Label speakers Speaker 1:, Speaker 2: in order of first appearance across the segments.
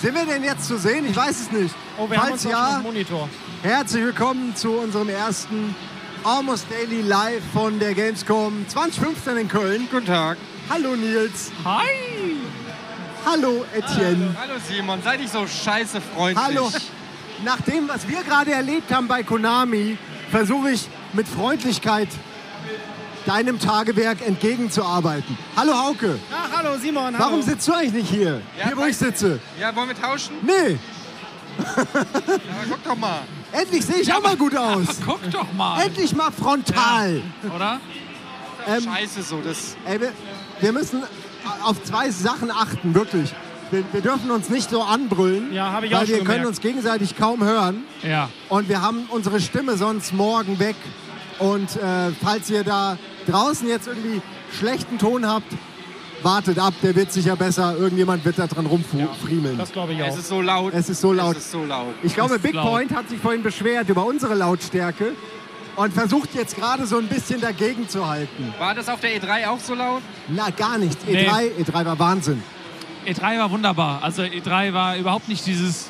Speaker 1: Sind wir denn jetzt zu sehen? Ich weiß es nicht.
Speaker 2: Oh, wir haben
Speaker 1: Falls
Speaker 2: uns auch schon
Speaker 1: ja,
Speaker 2: auf Monitor.
Speaker 1: herzlich willkommen zu unserem ersten Almost Daily Live von der Gamescom 2015 in Köln.
Speaker 3: Guten Tag.
Speaker 1: Hallo Nils,
Speaker 2: Hi!
Speaker 1: hallo Etienne.
Speaker 3: Hallo Simon, sei nicht so scheiße freundlich.
Speaker 1: Hallo. Nach dem, was wir gerade erlebt haben bei Konami, versuche ich mit Freundlichkeit deinem Tagewerk entgegenzuarbeiten. Hallo Hauke,
Speaker 2: Ach, hallo Simon.
Speaker 1: warum
Speaker 2: hallo.
Speaker 1: sitzt du eigentlich nicht hier?
Speaker 3: Ja,
Speaker 1: hier, wo ich
Speaker 3: weiß-
Speaker 1: sitze?
Speaker 3: Ja, wollen wir tauschen?
Speaker 1: Nee,
Speaker 3: Aber guck doch mal.
Speaker 1: endlich sehe ich auch mal gut aus.
Speaker 4: Guck doch mal,
Speaker 1: Endlich mal frontal.
Speaker 4: oder?
Speaker 1: Ähm,
Speaker 3: scheiße so, das.
Speaker 1: Ey, wir, wir müssen auf zwei Sachen achten, wirklich. Wir, wir dürfen uns nicht so anbrüllen,
Speaker 2: Ja, hab ich
Speaker 1: weil
Speaker 2: auch
Speaker 1: wir
Speaker 2: schon
Speaker 1: können
Speaker 2: gemerkt.
Speaker 1: uns gegenseitig kaum hören
Speaker 4: Ja.
Speaker 1: und wir haben unsere Stimme sonst morgen weg. Und äh, falls ihr da draußen jetzt irgendwie schlechten Ton habt, wartet ab, der wird sicher besser. Irgendjemand wird da dran rumfriemeln.
Speaker 2: Das glaube ich
Speaker 3: Es
Speaker 2: auch.
Speaker 3: ist so laut.
Speaker 1: Es ist so laut.
Speaker 3: Es ist so laut.
Speaker 1: Ich glaube,
Speaker 4: Ist
Speaker 1: Big
Speaker 4: laut.
Speaker 1: Point hat sich vorhin beschwert über unsere Lautstärke und versucht jetzt gerade so ein bisschen dagegen zu halten.
Speaker 3: War das auf der E3 auch so laut?
Speaker 1: Na, gar E nicht.
Speaker 4: Nee.
Speaker 1: E3, E3 war Wahnsinn.
Speaker 4: E3 E war wunderbar. Also E3 war überhaupt nicht dieses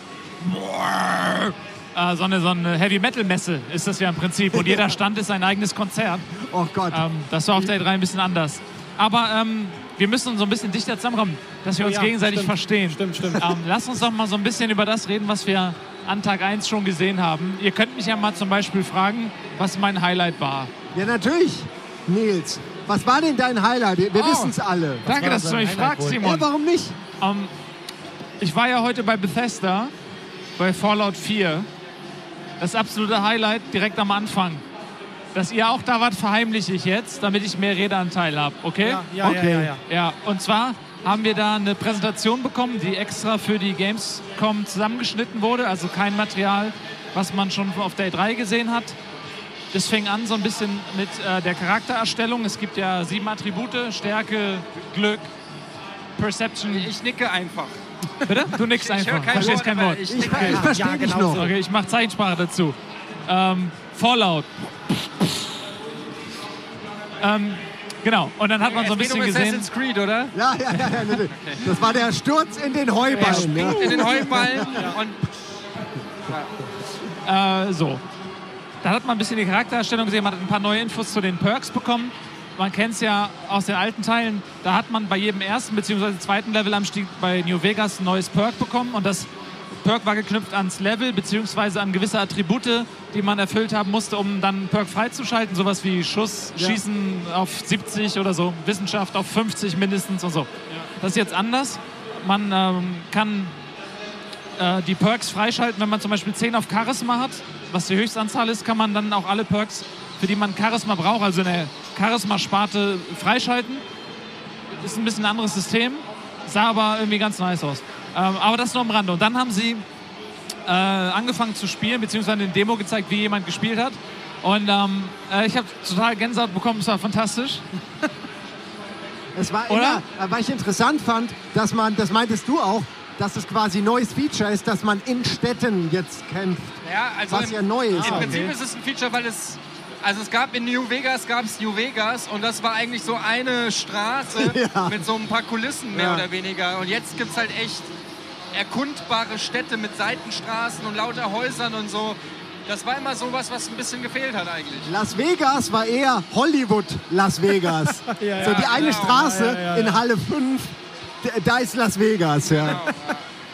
Speaker 4: äh, so eine, so eine Heavy Metal Messe ist das ja im Prinzip. Und jeder Stand ist ein eigenes Konzert.
Speaker 1: Oh Gott.
Speaker 4: Ähm, das war auf der E3 ein bisschen anders. Aber ähm, wir müssen uns so ein bisschen dichter zusammenkommen, dass wir
Speaker 2: Oh
Speaker 4: uns
Speaker 2: ja,
Speaker 4: gegenseitig
Speaker 2: stimmt.
Speaker 4: verstehen.
Speaker 2: Stimmt, stimmt.
Speaker 4: Ähm, lasst uns doch mal so ein bisschen über das reden, was wir an Tag 1 schon gesehen haben. Ihr könnt mich ja mal zum Beispiel fragen, was mein Highlight war.
Speaker 1: Ja, natürlich, Nils. Was war denn dein Highlight? Wir, wir
Speaker 4: Oh.
Speaker 1: wissen es alle.
Speaker 4: Danke, dass du mich
Speaker 2: Highlight
Speaker 4: fragst,
Speaker 2: wohl?
Speaker 4: Simon.
Speaker 1: Ja, warum nicht?
Speaker 4: Ähm, ich war ja heute bei Bethesda, bei Fallout 4. Das absolute Highlight direkt am Anfang. Dass ihr auch da wart, verheimliche ich jetzt, damit ich mehr Redeanteil habe, okay?
Speaker 2: ja, ja,
Speaker 1: Okay.
Speaker 2: ja, ja,
Speaker 4: Ja, und zwar haben wir da eine Präsentation bekommen, die extra für die Gamescom zusammengeschnitten wurde, also kein Material, was man schon auf der E3 gesehen hat. Das fing an so ein bisschen mit äh, der Charaktererstellung. Es gibt ja sieben Attribute, Stärke, Glück, Perception.
Speaker 3: Ich nicke einfach.
Speaker 4: Bitte? Du nix
Speaker 3: Ich
Speaker 4: einfach,
Speaker 3: höre kein
Speaker 4: verstehst
Speaker 3: Wort,
Speaker 4: kein
Speaker 3: aber
Speaker 4: Wort.
Speaker 3: Ich
Speaker 1: Ich,
Speaker 3: nicke.
Speaker 1: ich verstehe
Speaker 2: ja,
Speaker 1: dich
Speaker 2: genau
Speaker 1: noch.
Speaker 4: Okay, ich mache Zeichensprache dazu. Ähm, Fallout. ähm, genau, und dann hat man so ein
Speaker 3: Es geht
Speaker 4: bisschen
Speaker 3: um
Speaker 4: gesehen.
Speaker 3: Assassin's Creed, oder?
Speaker 1: Ja, ja, ja, ja. nee, nee. Das war der Sturz in den Heuballen. ne? Ja.
Speaker 3: In den Heuballen und
Speaker 4: Äh, so. Da hat man ein bisschen die Charaktererstellung gesehen, man hat ein paar neue Infos zu den Perks bekommen. Man kennt es ja aus den alten Teilen, da hat man bei jedem ersten bzw. zweiten Levelanstieg bei New Vegas ein neues Perk bekommen und das Perk war geknüpft ans Level bzw. an gewisse Attribute, die man erfüllt haben musste, um dann einen Perk freizuschalten, sowas wie Schuss,
Speaker 1: Ja.
Speaker 4: Schießen auf 70 oder so, Wissenschaft auf 50 mindestens und so. Das ist jetzt anders. Man ähm, kann äh, die Perks freischalten. Wenn man zum Beispiel 10 auf Charisma hat, was die Höchstanzahl ist, kann man dann auch alle Perks, für die man Charisma braucht, also in der Charisma-Sparte, freischalten. Ist ein bisschen ein anderes System, sah aber irgendwie ganz nice aus. Ähm, aber das nur am Rande. Und dann haben sie äh, angefangen zu spielen, beziehungsweise eine Demo gezeigt, wie jemand gespielt hat. Und ähm, äh, ich habe total Gänsehaut bekommen, es war fantastisch.
Speaker 1: Es war
Speaker 4: Oder?
Speaker 1: immer, äh, weil ich interessant fand, dass man, das meintest du auch, dass es quasi ein neues Feature ist, dass man in Städten jetzt kämpft.
Speaker 3: Ja, also
Speaker 1: Was
Speaker 3: im,
Speaker 1: ja neu ist.
Speaker 3: Im
Speaker 1: Ah,
Speaker 3: Prinzip
Speaker 2: okay.
Speaker 3: ist es ein Feature, weil es also es gab in New Vegas gab es New Vegas und das war eigentlich so eine Straße
Speaker 1: Ja.
Speaker 3: mit so ein paar Kulissen mehr
Speaker 1: Ja.
Speaker 3: oder weniger und jetzt gibt's halt echt erkundbare Städte mit Seitenstraßen und lauter Häusern und so. Das war immer sowas, was ein bisschen gefehlt hat eigentlich.
Speaker 1: Las Vegas war eher Hollywood Las Vegas.
Speaker 2: Ja, ja,
Speaker 1: so die eine
Speaker 3: genau.
Speaker 1: Straße
Speaker 2: Ja, ja, ja, ja.
Speaker 1: in Halle 5, d- da ist Las Vegas, ja.
Speaker 2: Genau.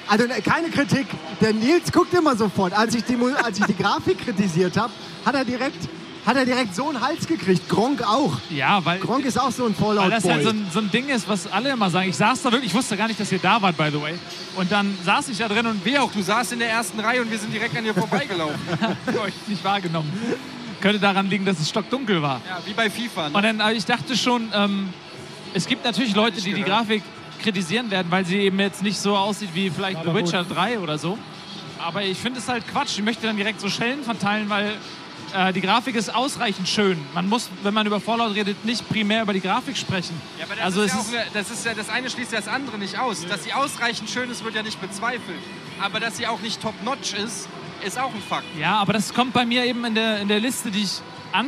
Speaker 1: Also ne, keine Kritik, der Nils guckt immer sofort. Als ich die, Mu- als ich die Grafik kritisiert habe, hat er direkt hat er direkt so einen Hals gekriegt. Gronk auch.
Speaker 4: Ja, weil
Speaker 1: Gronk ist auch so ein Fallout
Speaker 4: Weil das
Speaker 1: Boy.
Speaker 4: halt so ein, so ein Ding ist, was alle immer sagen. Ich saß da wirklich, ich wusste gar nicht, dass ihr da wart, by the way. Und dann saß ich da drin und wir auch,
Speaker 3: Du saßt in der ersten Reihe und wir sind direkt an dir vorbeigelaufen.
Speaker 4: du euch nicht wahrgenommen. Könnte daran liegen, dass es stockdunkel war.
Speaker 3: ja, wie bei FIFA. Ne?
Speaker 4: Und dann, aber ich dachte schon, ähm, es gibt natürlich Leute, die die
Speaker 3: gehört.
Speaker 4: Grafik kritisieren werden, weil sie eben jetzt nicht so aussieht wie vielleicht
Speaker 2: Aber
Speaker 4: The Witcher
Speaker 2: gut.
Speaker 4: 3 oder so. Aber ich finde es halt Quatsch. Ich möchte dann direkt so Schellen verteilen, weil äh, die Grafik ist ausreichend schön. Man muss, wenn man über Fallout redet, nicht primär über die Grafik sprechen.
Speaker 3: Ja, aber das,
Speaker 4: also
Speaker 3: ist ja
Speaker 4: es
Speaker 3: auch,
Speaker 4: ist
Speaker 3: eine- das ist ja das eine schließt ja das andere nicht aus. Dass sie ausreichend schön ist, wird ja nicht bezweifelt. aber dass sie auch nicht top-notch ist, ist auch ein Fakt.
Speaker 4: Ja, aber das kommt bei mir eben in der, in der Liste, die ich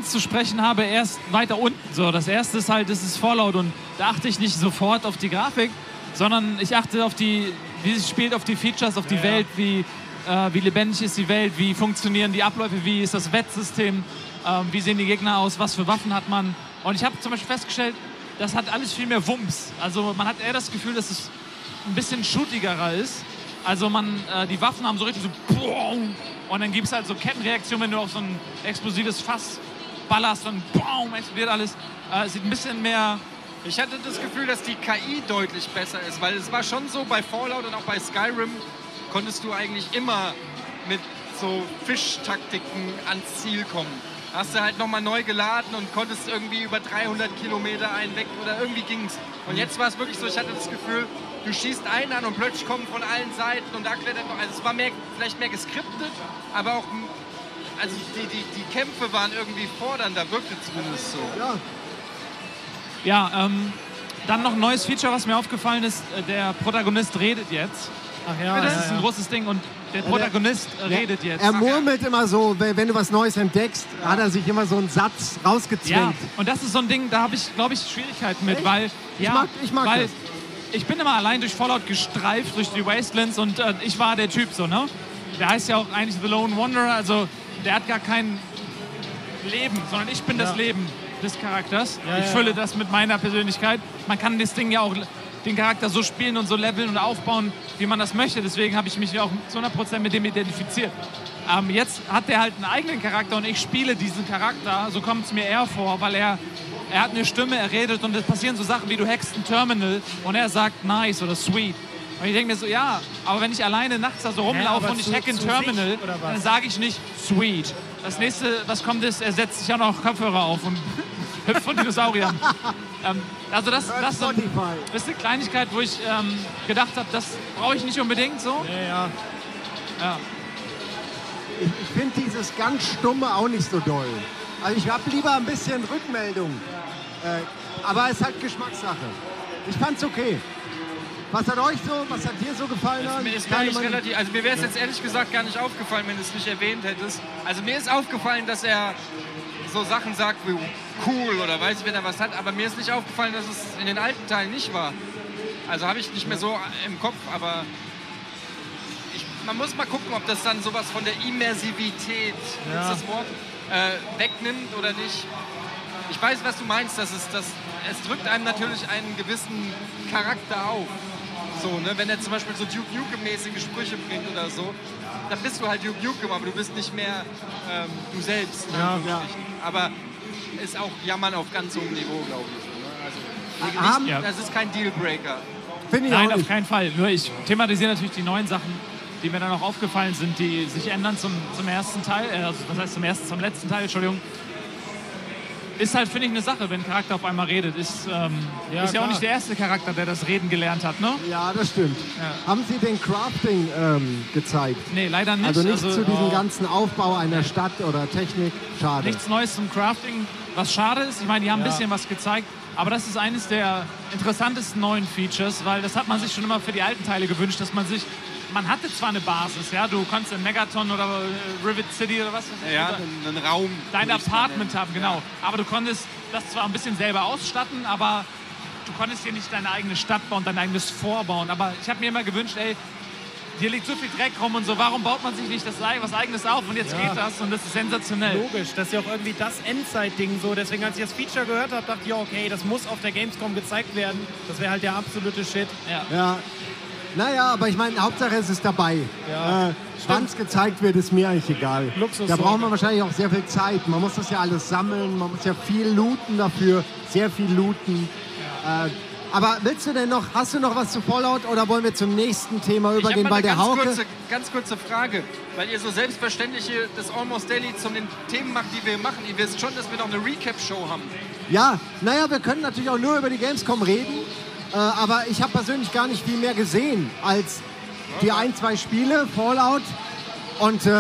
Speaker 4: anzusprechen habe, erst weiter unten. So, das erste ist halt, es ist Fallout und da achte ich nicht sofort auf die Grafik, sondern ich achte auf die, wie es spielt, auf die Features, auf die
Speaker 3: ja.
Speaker 4: Welt, wie, äh, wie lebendig ist die Welt, wie funktionieren die Abläufe, wie ist das Wettsystem, ähm, wie sehen die Gegner aus, was für Waffen hat man. Und ich habe zum Beispiel festgestellt, das hat alles viel mehr Wumms. Also man hat eher das Gefühl, dass es ein bisschen shootigerer ist. Also man, äh, die Waffen haben so richtig so boom, und dann gibt es halt so Kettenreaktionen, wenn du auf so ein explosives Fass ballerst, dann boom, explodiert alles. Äh, sieht ein bisschen mehr,
Speaker 3: Ich hatte das Gefühl, dass die KI deutlich besser ist, weil es war schon so bei Fallout und auch bei Skyrim konntest du eigentlich immer mit so Fischtaktiken ans Ziel kommen. Hast du halt nochmal neu geladen und konntest irgendwie über 300 Kilometer einen weg oder irgendwie ging's. Und jetzt war es wirklich so, ich hatte das Gefühl, du schießt einen an und plötzlich kommen von allen Seiten und da klettert noch. Also es war mehr, vielleicht mehr geskriptet, aber auch. m- Also die, die, die Kämpfe waren irgendwie fordernder, wirkte zumindest so.
Speaker 1: Ja,
Speaker 4: ja, ähm, dann noch ein neues Feature, was mir aufgefallen ist, äh, der Protagonist redet jetzt.
Speaker 2: Ach ja,
Speaker 4: das
Speaker 2: ja,
Speaker 4: ist
Speaker 2: ja.
Speaker 4: ein großes Ding und der Protagonist redet jetzt.
Speaker 1: er murmelt immer so, wenn wenn du was Neues entdeckst, hat er sich immer so einen Satz
Speaker 4: Ja,
Speaker 1: rausgezwängt.
Speaker 4: und das ist so ein Ding, da habe ich, glaube ich, Schwierigkeiten mit,
Speaker 1: Echt?
Speaker 4: weil
Speaker 1: Ich
Speaker 4: ja,
Speaker 1: mag- ich mag
Speaker 4: weil
Speaker 1: das.
Speaker 4: ich bin immer allein durch Fallout gestreift durch die Wastelands und äh, ich war der Typ so, ne? Der heißt ja auch eigentlich The Lone Wanderer, also der hat gar kein Leben, sondern ich bin das Leben des Charakters.
Speaker 2: Ja,
Speaker 4: ich
Speaker 2: ja,
Speaker 4: fülle
Speaker 2: ja.
Speaker 4: das mit meiner Persönlichkeit. Man kann das Ding ja auch den Charakter so spielen und so leveln und aufbauen, wie man das möchte. Deswegen habe ich mich ja auch zu 100% mit dem identifiziert. Ähm, jetzt hat der halt einen eigenen Charakter und ich spiele diesen Charakter. So kommt es mir eher vor, weil er, er hat eine Stimme, er redet und es passieren so Sachen wie du hackst ein Terminal und er sagt nice oder sweet. Und ich denke mir so, ja, aber wenn ich alleine nachts da so rumlaufe
Speaker 2: aber
Speaker 4: und ich
Speaker 2: zu-
Speaker 4: hacke ein
Speaker 2: zu sich
Speaker 4: Terminal,
Speaker 2: oder was?
Speaker 4: dann sage ich nicht sweet. Das nächste, was kommt, ist, er setzt sich auch noch Kopfhörer auf und hüpft von Dinosauriern. ähm, also das, das ist ein-
Speaker 1: Spotify.
Speaker 4: das ist eine Kleinigkeit, wo ich ähm, gedacht habe, das brauche ich nicht unbedingt so.
Speaker 2: Ja, ja.
Speaker 1: Ich, ich finde dieses ganz Stumme auch nicht so doll. Also ich habe lieber ein bisschen Rückmeldung. Äh, aber es hat Geschmackssache. Ich fand's okay. Was hat euch so, was hat dir so gefallen?
Speaker 3: Ist mir, ist mir
Speaker 1: Keine
Speaker 3: eigentlich
Speaker 1: Meinung.
Speaker 3: relativ, also mir wäre es jetzt ehrlich gesagt gar nicht aufgefallen, wenn du es nicht erwähnt hättest. Also mir ist aufgefallen, dass er so Sachen sagt wie cool oder weiß ich, wenn er was hat, aber mir ist nicht aufgefallen, dass es in den alten Teilen nicht war. Also habe ich nicht mehr so im Kopf, aber ich, man muss mal gucken, ob das dann sowas von der Immersivität,
Speaker 2: Ja.
Speaker 3: ist das Wort, äh, wegnimmt oder nicht. Ich weiß, was du meinst, dass es, dass, es drückt einem natürlich einen gewissen Charakter auf. So, ne? Wenn er zum Beispiel so Duke Nukem-mäßige Sprüche bringt oder so, dann bist du halt Duke Nukem, aber du bist nicht mehr ähm, du selbst. in
Speaker 2: Ja,
Speaker 3: Anführungsstrichen. Aber ist auch Jammern auf ganz hohem Niveau, glaube ich. Ne? Also,
Speaker 1: Haben-
Speaker 3: nicht,
Speaker 4: Ja.
Speaker 3: Das ist kein Dealbreaker.
Speaker 1: Finde ich
Speaker 4: Nein,
Speaker 1: auch
Speaker 4: auf
Speaker 1: nicht.
Speaker 4: keinen Fall. Nur ich thematisiere natürlich die neuen Sachen, die mir dann auch aufgefallen sind, die sich ändern zum, zum ersten Teil, äh, also das heißt zum ersten, zum letzten Teil, Entschuldigung. Ist halt, finde ich, eine Sache, wenn ein Charakter auf einmal redet. Ist, ähm,
Speaker 2: Ja,
Speaker 4: ist ja auch
Speaker 2: klar.
Speaker 4: nicht der erste Charakter, der das Reden gelernt hat, ne?
Speaker 1: Ja, das stimmt. Haben Sie den Crafting ähm, gezeigt?
Speaker 4: Nee, leider nicht.
Speaker 1: Also nicht zu diesem
Speaker 4: oh.
Speaker 1: ganzen Aufbau einer Stadt oder Technik. Schade.
Speaker 4: nichts Neues zum Crafting, was schade ist. Ich meine, die haben ein
Speaker 2: Ja.
Speaker 4: bisschen was gezeigt, aber das ist eines der interessantesten neuen Features, weil das hat man sich schon immer für die alten Teile gewünscht, dass man sich, man hatte zwar eine Basis, ja, du konntest in Megaton oder äh, Rivet City oder was weiß ich,
Speaker 3: Ja,
Speaker 4: oder
Speaker 3: einen Raum.
Speaker 4: dein
Speaker 3: würde ich's mal
Speaker 4: Apartment
Speaker 3: nennen.
Speaker 4: haben, genau. Aber du konntest das zwar ein bisschen selber ausstatten, aber du konntest dir nicht deine eigene Stadt bauen, dein eigenes vorbauen. Aber ich habe mir immer gewünscht, ey, hier liegt so viel Dreck rum und so, warum baut man sich nicht das, eig- was Eigenes auf und jetzt
Speaker 2: Ja.
Speaker 4: geht das und das ist sensationell.
Speaker 2: Logisch, das ist ja auch irgendwie das Endzeit-Ding so. Deswegen, als ich das Feature gehört habe, dachte ich, ja, okay, das muss auf der Gamescom gezeigt werden. Das wäre halt der absolute Shit.
Speaker 4: Ja.
Speaker 1: Ja. Naja, aber ich meine, Hauptsache es ist dabei.
Speaker 2: Ja,
Speaker 1: äh, Wann es gezeigt wird, ist mir eigentlich egal.
Speaker 2: Luxus-
Speaker 1: da braucht man wahrscheinlich auch sehr viel Zeit. Man muss das ja alles sammeln, man muss ja viel looten dafür, sehr viel looten. Äh, aber willst du denn noch, hast du noch was zu Fallout oder wollen wir zum nächsten Thema
Speaker 3: Ich hab
Speaker 1: übergehen,
Speaker 3: mal
Speaker 1: weil
Speaker 3: eine
Speaker 1: der
Speaker 3: ganz
Speaker 1: Hauke...
Speaker 3: kurze, ganz kurze Frage, weil ihr so selbstverständlich hier das Almost Daily zu den Themen macht, die wir machen. Ihr wisst schon, dass wir noch eine Recap-Show haben.
Speaker 1: Ja, naja, wir können natürlich auch nur über die Gamescom reden, äh, aber ich habe persönlich gar nicht viel mehr gesehen als die ein, zwei Spiele, Fallout und äh,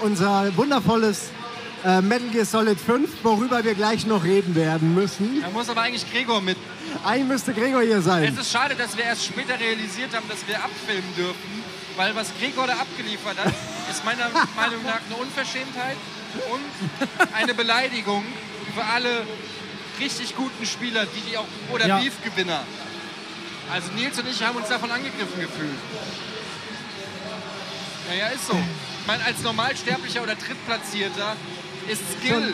Speaker 1: unser wundervolles äh, Metal Gear Solid 5, worüber wir gleich noch reden werden müssen.
Speaker 3: Da muss aber eigentlich Gregor mit.
Speaker 1: Eigentlich müsste Gregor hier
Speaker 3: Es
Speaker 1: sein.
Speaker 3: ist schade, dass wir erst später realisiert haben, dass wir abfilmen dürfen. Weil was Gregor da abgeliefert hat, ist meiner Meinung nach eine Unverschämtheit und eine Beleidigung für alle richtig guten Spieler, die die auch oder
Speaker 2: Ja.
Speaker 3: Beef-Gewinner. Also Nils und ich haben uns davon angegriffen gefühlt. Naja, ist so. Ich meine, als Normalsterblicher oder Drittplatzierter ist Skill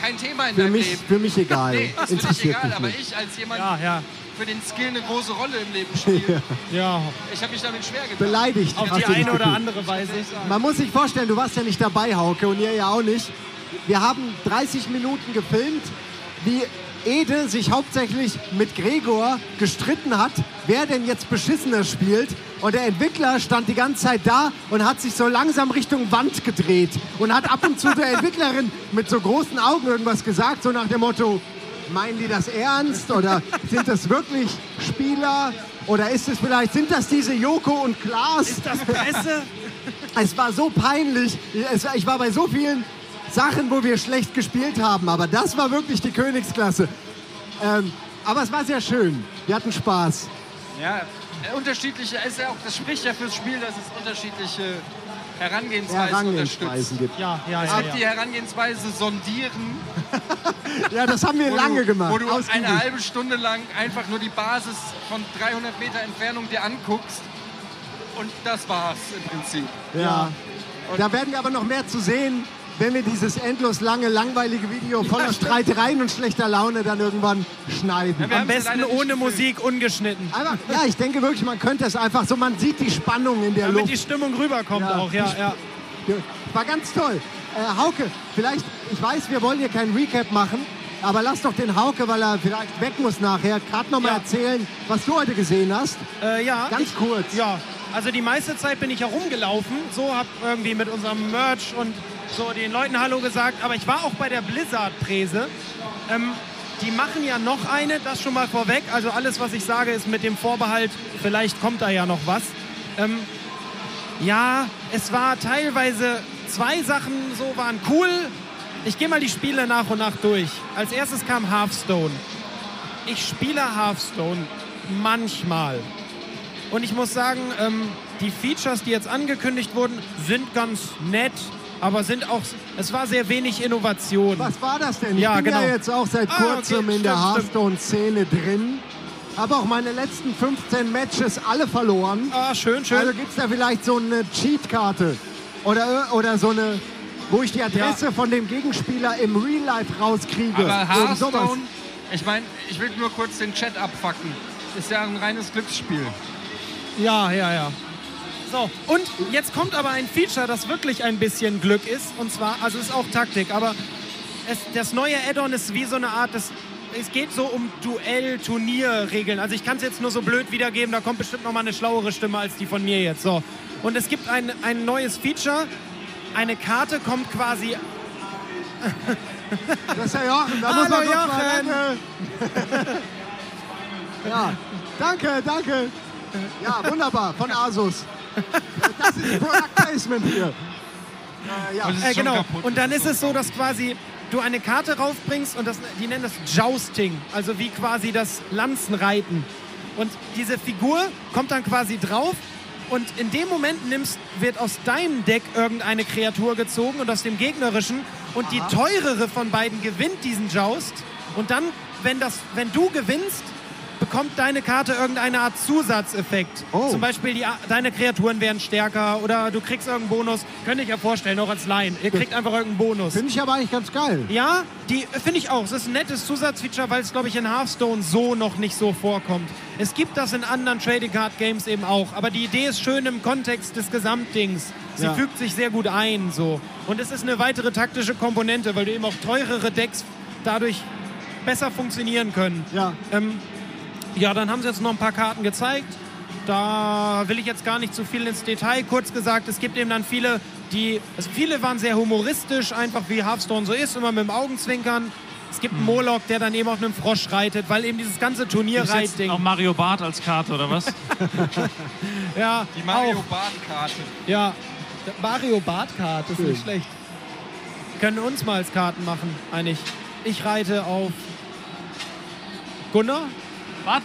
Speaker 3: kein Thema in
Speaker 1: Für
Speaker 3: deinem
Speaker 1: mich,
Speaker 3: Leben.
Speaker 1: für mich egal.
Speaker 3: Nee, ist für dich
Speaker 1: Interessiert
Speaker 3: egal, aber
Speaker 1: mich nicht.
Speaker 3: ich als jemand,
Speaker 2: Ja, ja.
Speaker 3: für den Skill eine große Rolle im Leben spielt,
Speaker 2: Ja,
Speaker 3: ich habe mich damit schwer getan.
Speaker 1: Beleidigt.
Speaker 2: auf
Speaker 1: hast
Speaker 2: die
Speaker 1: du dich
Speaker 2: eine oder
Speaker 1: gefühlt.
Speaker 2: andere Weise.
Speaker 1: Man muss sich vorstellen, du warst ja nicht dabei, Hauke, und ihr ja auch nicht. Wir haben 30 Minuten gefilmt, wie Ede sich hauptsächlich mit Gregor gestritten hat, wer denn jetzt beschissener spielt. Und der Entwickler stand die ganze Zeit da und hat sich so langsam Richtung Wand gedreht und hat ab und zu der Entwicklerin mit so großen Augen irgendwas gesagt, so nach dem Motto, meinen die das ernst oder sind das wirklich Spieler oder ist es vielleicht, sind das diese Joko und Klaas?
Speaker 2: Ist das Presse?
Speaker 1: Es war so peinlich. Es war, ich war bei so vielen Sachen, wo wir schlecht gespielt haben, aber das war wirklich die Königsklasse. Ähm, aber es war sehr schön. Wir hatten Spaß.
Speaker 3: Ja, äh, unterschiedliche, ist ja auch, das spricht ja fürs Spiel, dass es unterschiedliche Herangehensweisen unterstützt.
Speaker 1: Herangehensweisen gibt.
Speaker 2: Ja, ja,
Speaker 3: Es
Speaker 2: ja.
Speaker 3: gibt die
Speaker 2: ja.
Speaker 3: Herangehensweise sondieren,
Speaker 1: Ja, das haben wir
Speaker 3: wo
Speaker 1: lange
Speaker 3: du,
Speaker 1: gemacht.
Speaker 3: wo du
Speaker 1: ausgiebig.
Speaker 3: eine halbe Stunde lang einfach nur die Basis von 300 Meter Entfernung dir anguckst und das war's im Prinzip.
Speaker 1: ja. Da werden wir aber noch mehr zu sehen, wenn wir dieses endlos lange, langweilige Video voller Streitereien und schlechter Laune dann irgendwann schneiden.
Speaker 3: wir
Speaker 2: Am besten ohne Musik, ungeschnitten.
Speaker 1: Einfach, ja, ich denke wirklich, man könnte es einfach so, man sieht die Spannung in der
Speaker 2: Damit
Speaker 1: Luft.
Speaker 2: die Stimmung rüberkommt
Speaker 1: Ja.
Speaker 2: auch, ja, ja.
Speaker 1: Ja, War ganz toll. Äh, Hauke, vielleicht, ich weiß, wir wollen hier keinen Recap machen, aber lass doch den Hauke, weil er vielleicht weg muss nachher, gerade nochmal
Speaker 2: Ja.
Speaker 1: erzählen, was du heute gesehen hast.
Speaker 2: Äh, ja.
Speaker 1: Ganz kurz.
Speaker 2: Ja, also die meiste Zeit bin ich herumgelaufen, so hab irgendwie mit unserem Merch und so den Leuten Hallo gesagt, aber ich war auch bei der Blizzard-Prese. Ähm, die machen ja noch eine, das schon mal vorweg. Also alles, was ich sage, ist mit dem Vorbehalt, vielleicht kommt da ja noch was. Ähm, ja, es war teilweise zwei Sachen so waren cool. Ich gehe mal die Spiele nach und nach durch. Als erstes kam Hearthstone. Ich spiele Hearthstone manchmal. Und ich muss sagen, ähm, die Features, die jetzt angekündigt wurden, sind ganz nett, aber sind auch, es war sehr wenig Innovation.
Speaker 1: Was war das denn?
Speaker 2: Ja,
Speaker 1: ich bin ja
Speaker 2: genau.
Speaker 1: jetzt auch seit
Speaker 2: Ah, okay,
Speaker 1: kurzem in
Speaker 2: stimmt,
Speaker 1: der
Speaker 2: stimmt.
Speaker 1: Hearthstone-Szene drin. Habe auch meine letzten 15 Matches alle verloren.
Speaker 2: Ah, schön, schön.
Speaker 1: Also gibt es da vielleicht so eine Cheatkarte oder, oder so eine, wo ich die Adresse von dem Gegenspieler im Real Life rauskriege.
Speaker 3: Aber
Speaker 1: Irgend sowas.
Speaker 3: Hearthstone, ich meine, ich will nur kurz den Chat abfacken. Ist ja ein reines Glücksspiel.
Speaker 2: Ja, ja, ja. So, und jetzt kommt aber ein Feature, das wirklich ein bisschen Glück ist. Und zwar, also es ist auch Taktik, aber es, das neue Add-on ist wie so eine Art, das, es geht so um Duell-Turnier-Regeln. Also ich kann es jetzt nur so blöd wiedergeben, da kommt bestimmt nochmal eine schlauere Stimme als die von mir jetzt. So. Und es gibt ein, ein neues Feature. Eine Karte kommt quasi
Speaker 1: Das ist der Jochen, da
Speaker 2: Hallo,
Speaker 1: muss man kurz
Speaker 2: Jochen.
Speaker 1: Mal, danke. ja, danke, danke. Ja, wunderbar, von Asus. Das ist Product Placement hier. Äh, ja.
Speaker 3: Und es ist
Speaker 2: Äh,
Speaker 3: schon
Speaker 2: genau.
Speaker 3: kaputt.
Speaker 2: Und dann ist es so, dass quasi du eine Karte raufbringst und das, die nennen das Jousting, also wie quasi das Lanzenreiten. Und diese Figur kommt dann quasi drauf und in dem Moment nimmst, wird aus deinem Deck irgendeine Kreatur gezogen und aus dem gegnerischen und die teurere von beiden gewinnt diesen Joust und dann, wenn, das, wenn du gewinnst, bekommt deine Karte irgendeine Art Zusatzeffekt.
Speaker 1: Oh.
Speaker 2: Zum Beispiel Beispiel, die, deine Kreaturen werden stärker oder du kriegst irgendeinen Bonus. Könnte ich ja vorstellen, auch als Laien. Ihr kriegt einfach irgendeinen Bonus.
Speaker 1: Finde ich aber eigentlich ganz geil.
Speaker 2: Ja, die äh, finde ich auch. Es ist ein nettes Zusatzfeature, weil es, glaube ich, in Hearthstone so noch nicht so vorkommt. Es gibt das in anderen Trading Card Games eben auch. Aber die Idee ist schön im Kontext des Gesamtdings. Sie
Speaker 1: Ja.
Speaker 2: fügt sich sehr gut ein. so. Und es ist eine weitere taktische Komponente, weil du eben auch teurere Decks dadurch besser funktionieren können.
Speaker 1: Ja.
Speaker 2: Ähm, ja, dann haben sie jetzt noch ein paar Karten gezeigt. Da will ich jetzt gar nicht zu viel ins Detail. Kurz gesagt, es gibt eben dann viele, die. Also viele waren sehr humoristisch, einfach wie Hearthstone so ist, immer mit dem Augenzwinkern. Es gibt einen Moloch, der dann eben auf einem Frosch reitet, weil eben dieses ganze
Speaker 4: Ist jetzt
Speaker 2: Turnierreitding.
Speaker 4: auch Mario Barth als Karte, oder was?
Speaker 2: Ja,
Speaker 3: Die Mario Bart-Karte.
Speaker 2: auch. Ja. Mario Bartkart ist nicht schlecht. Können uns mal als Karten machen, eigentlich. Ich reite auf Gunnar.
Speaker 4: Was?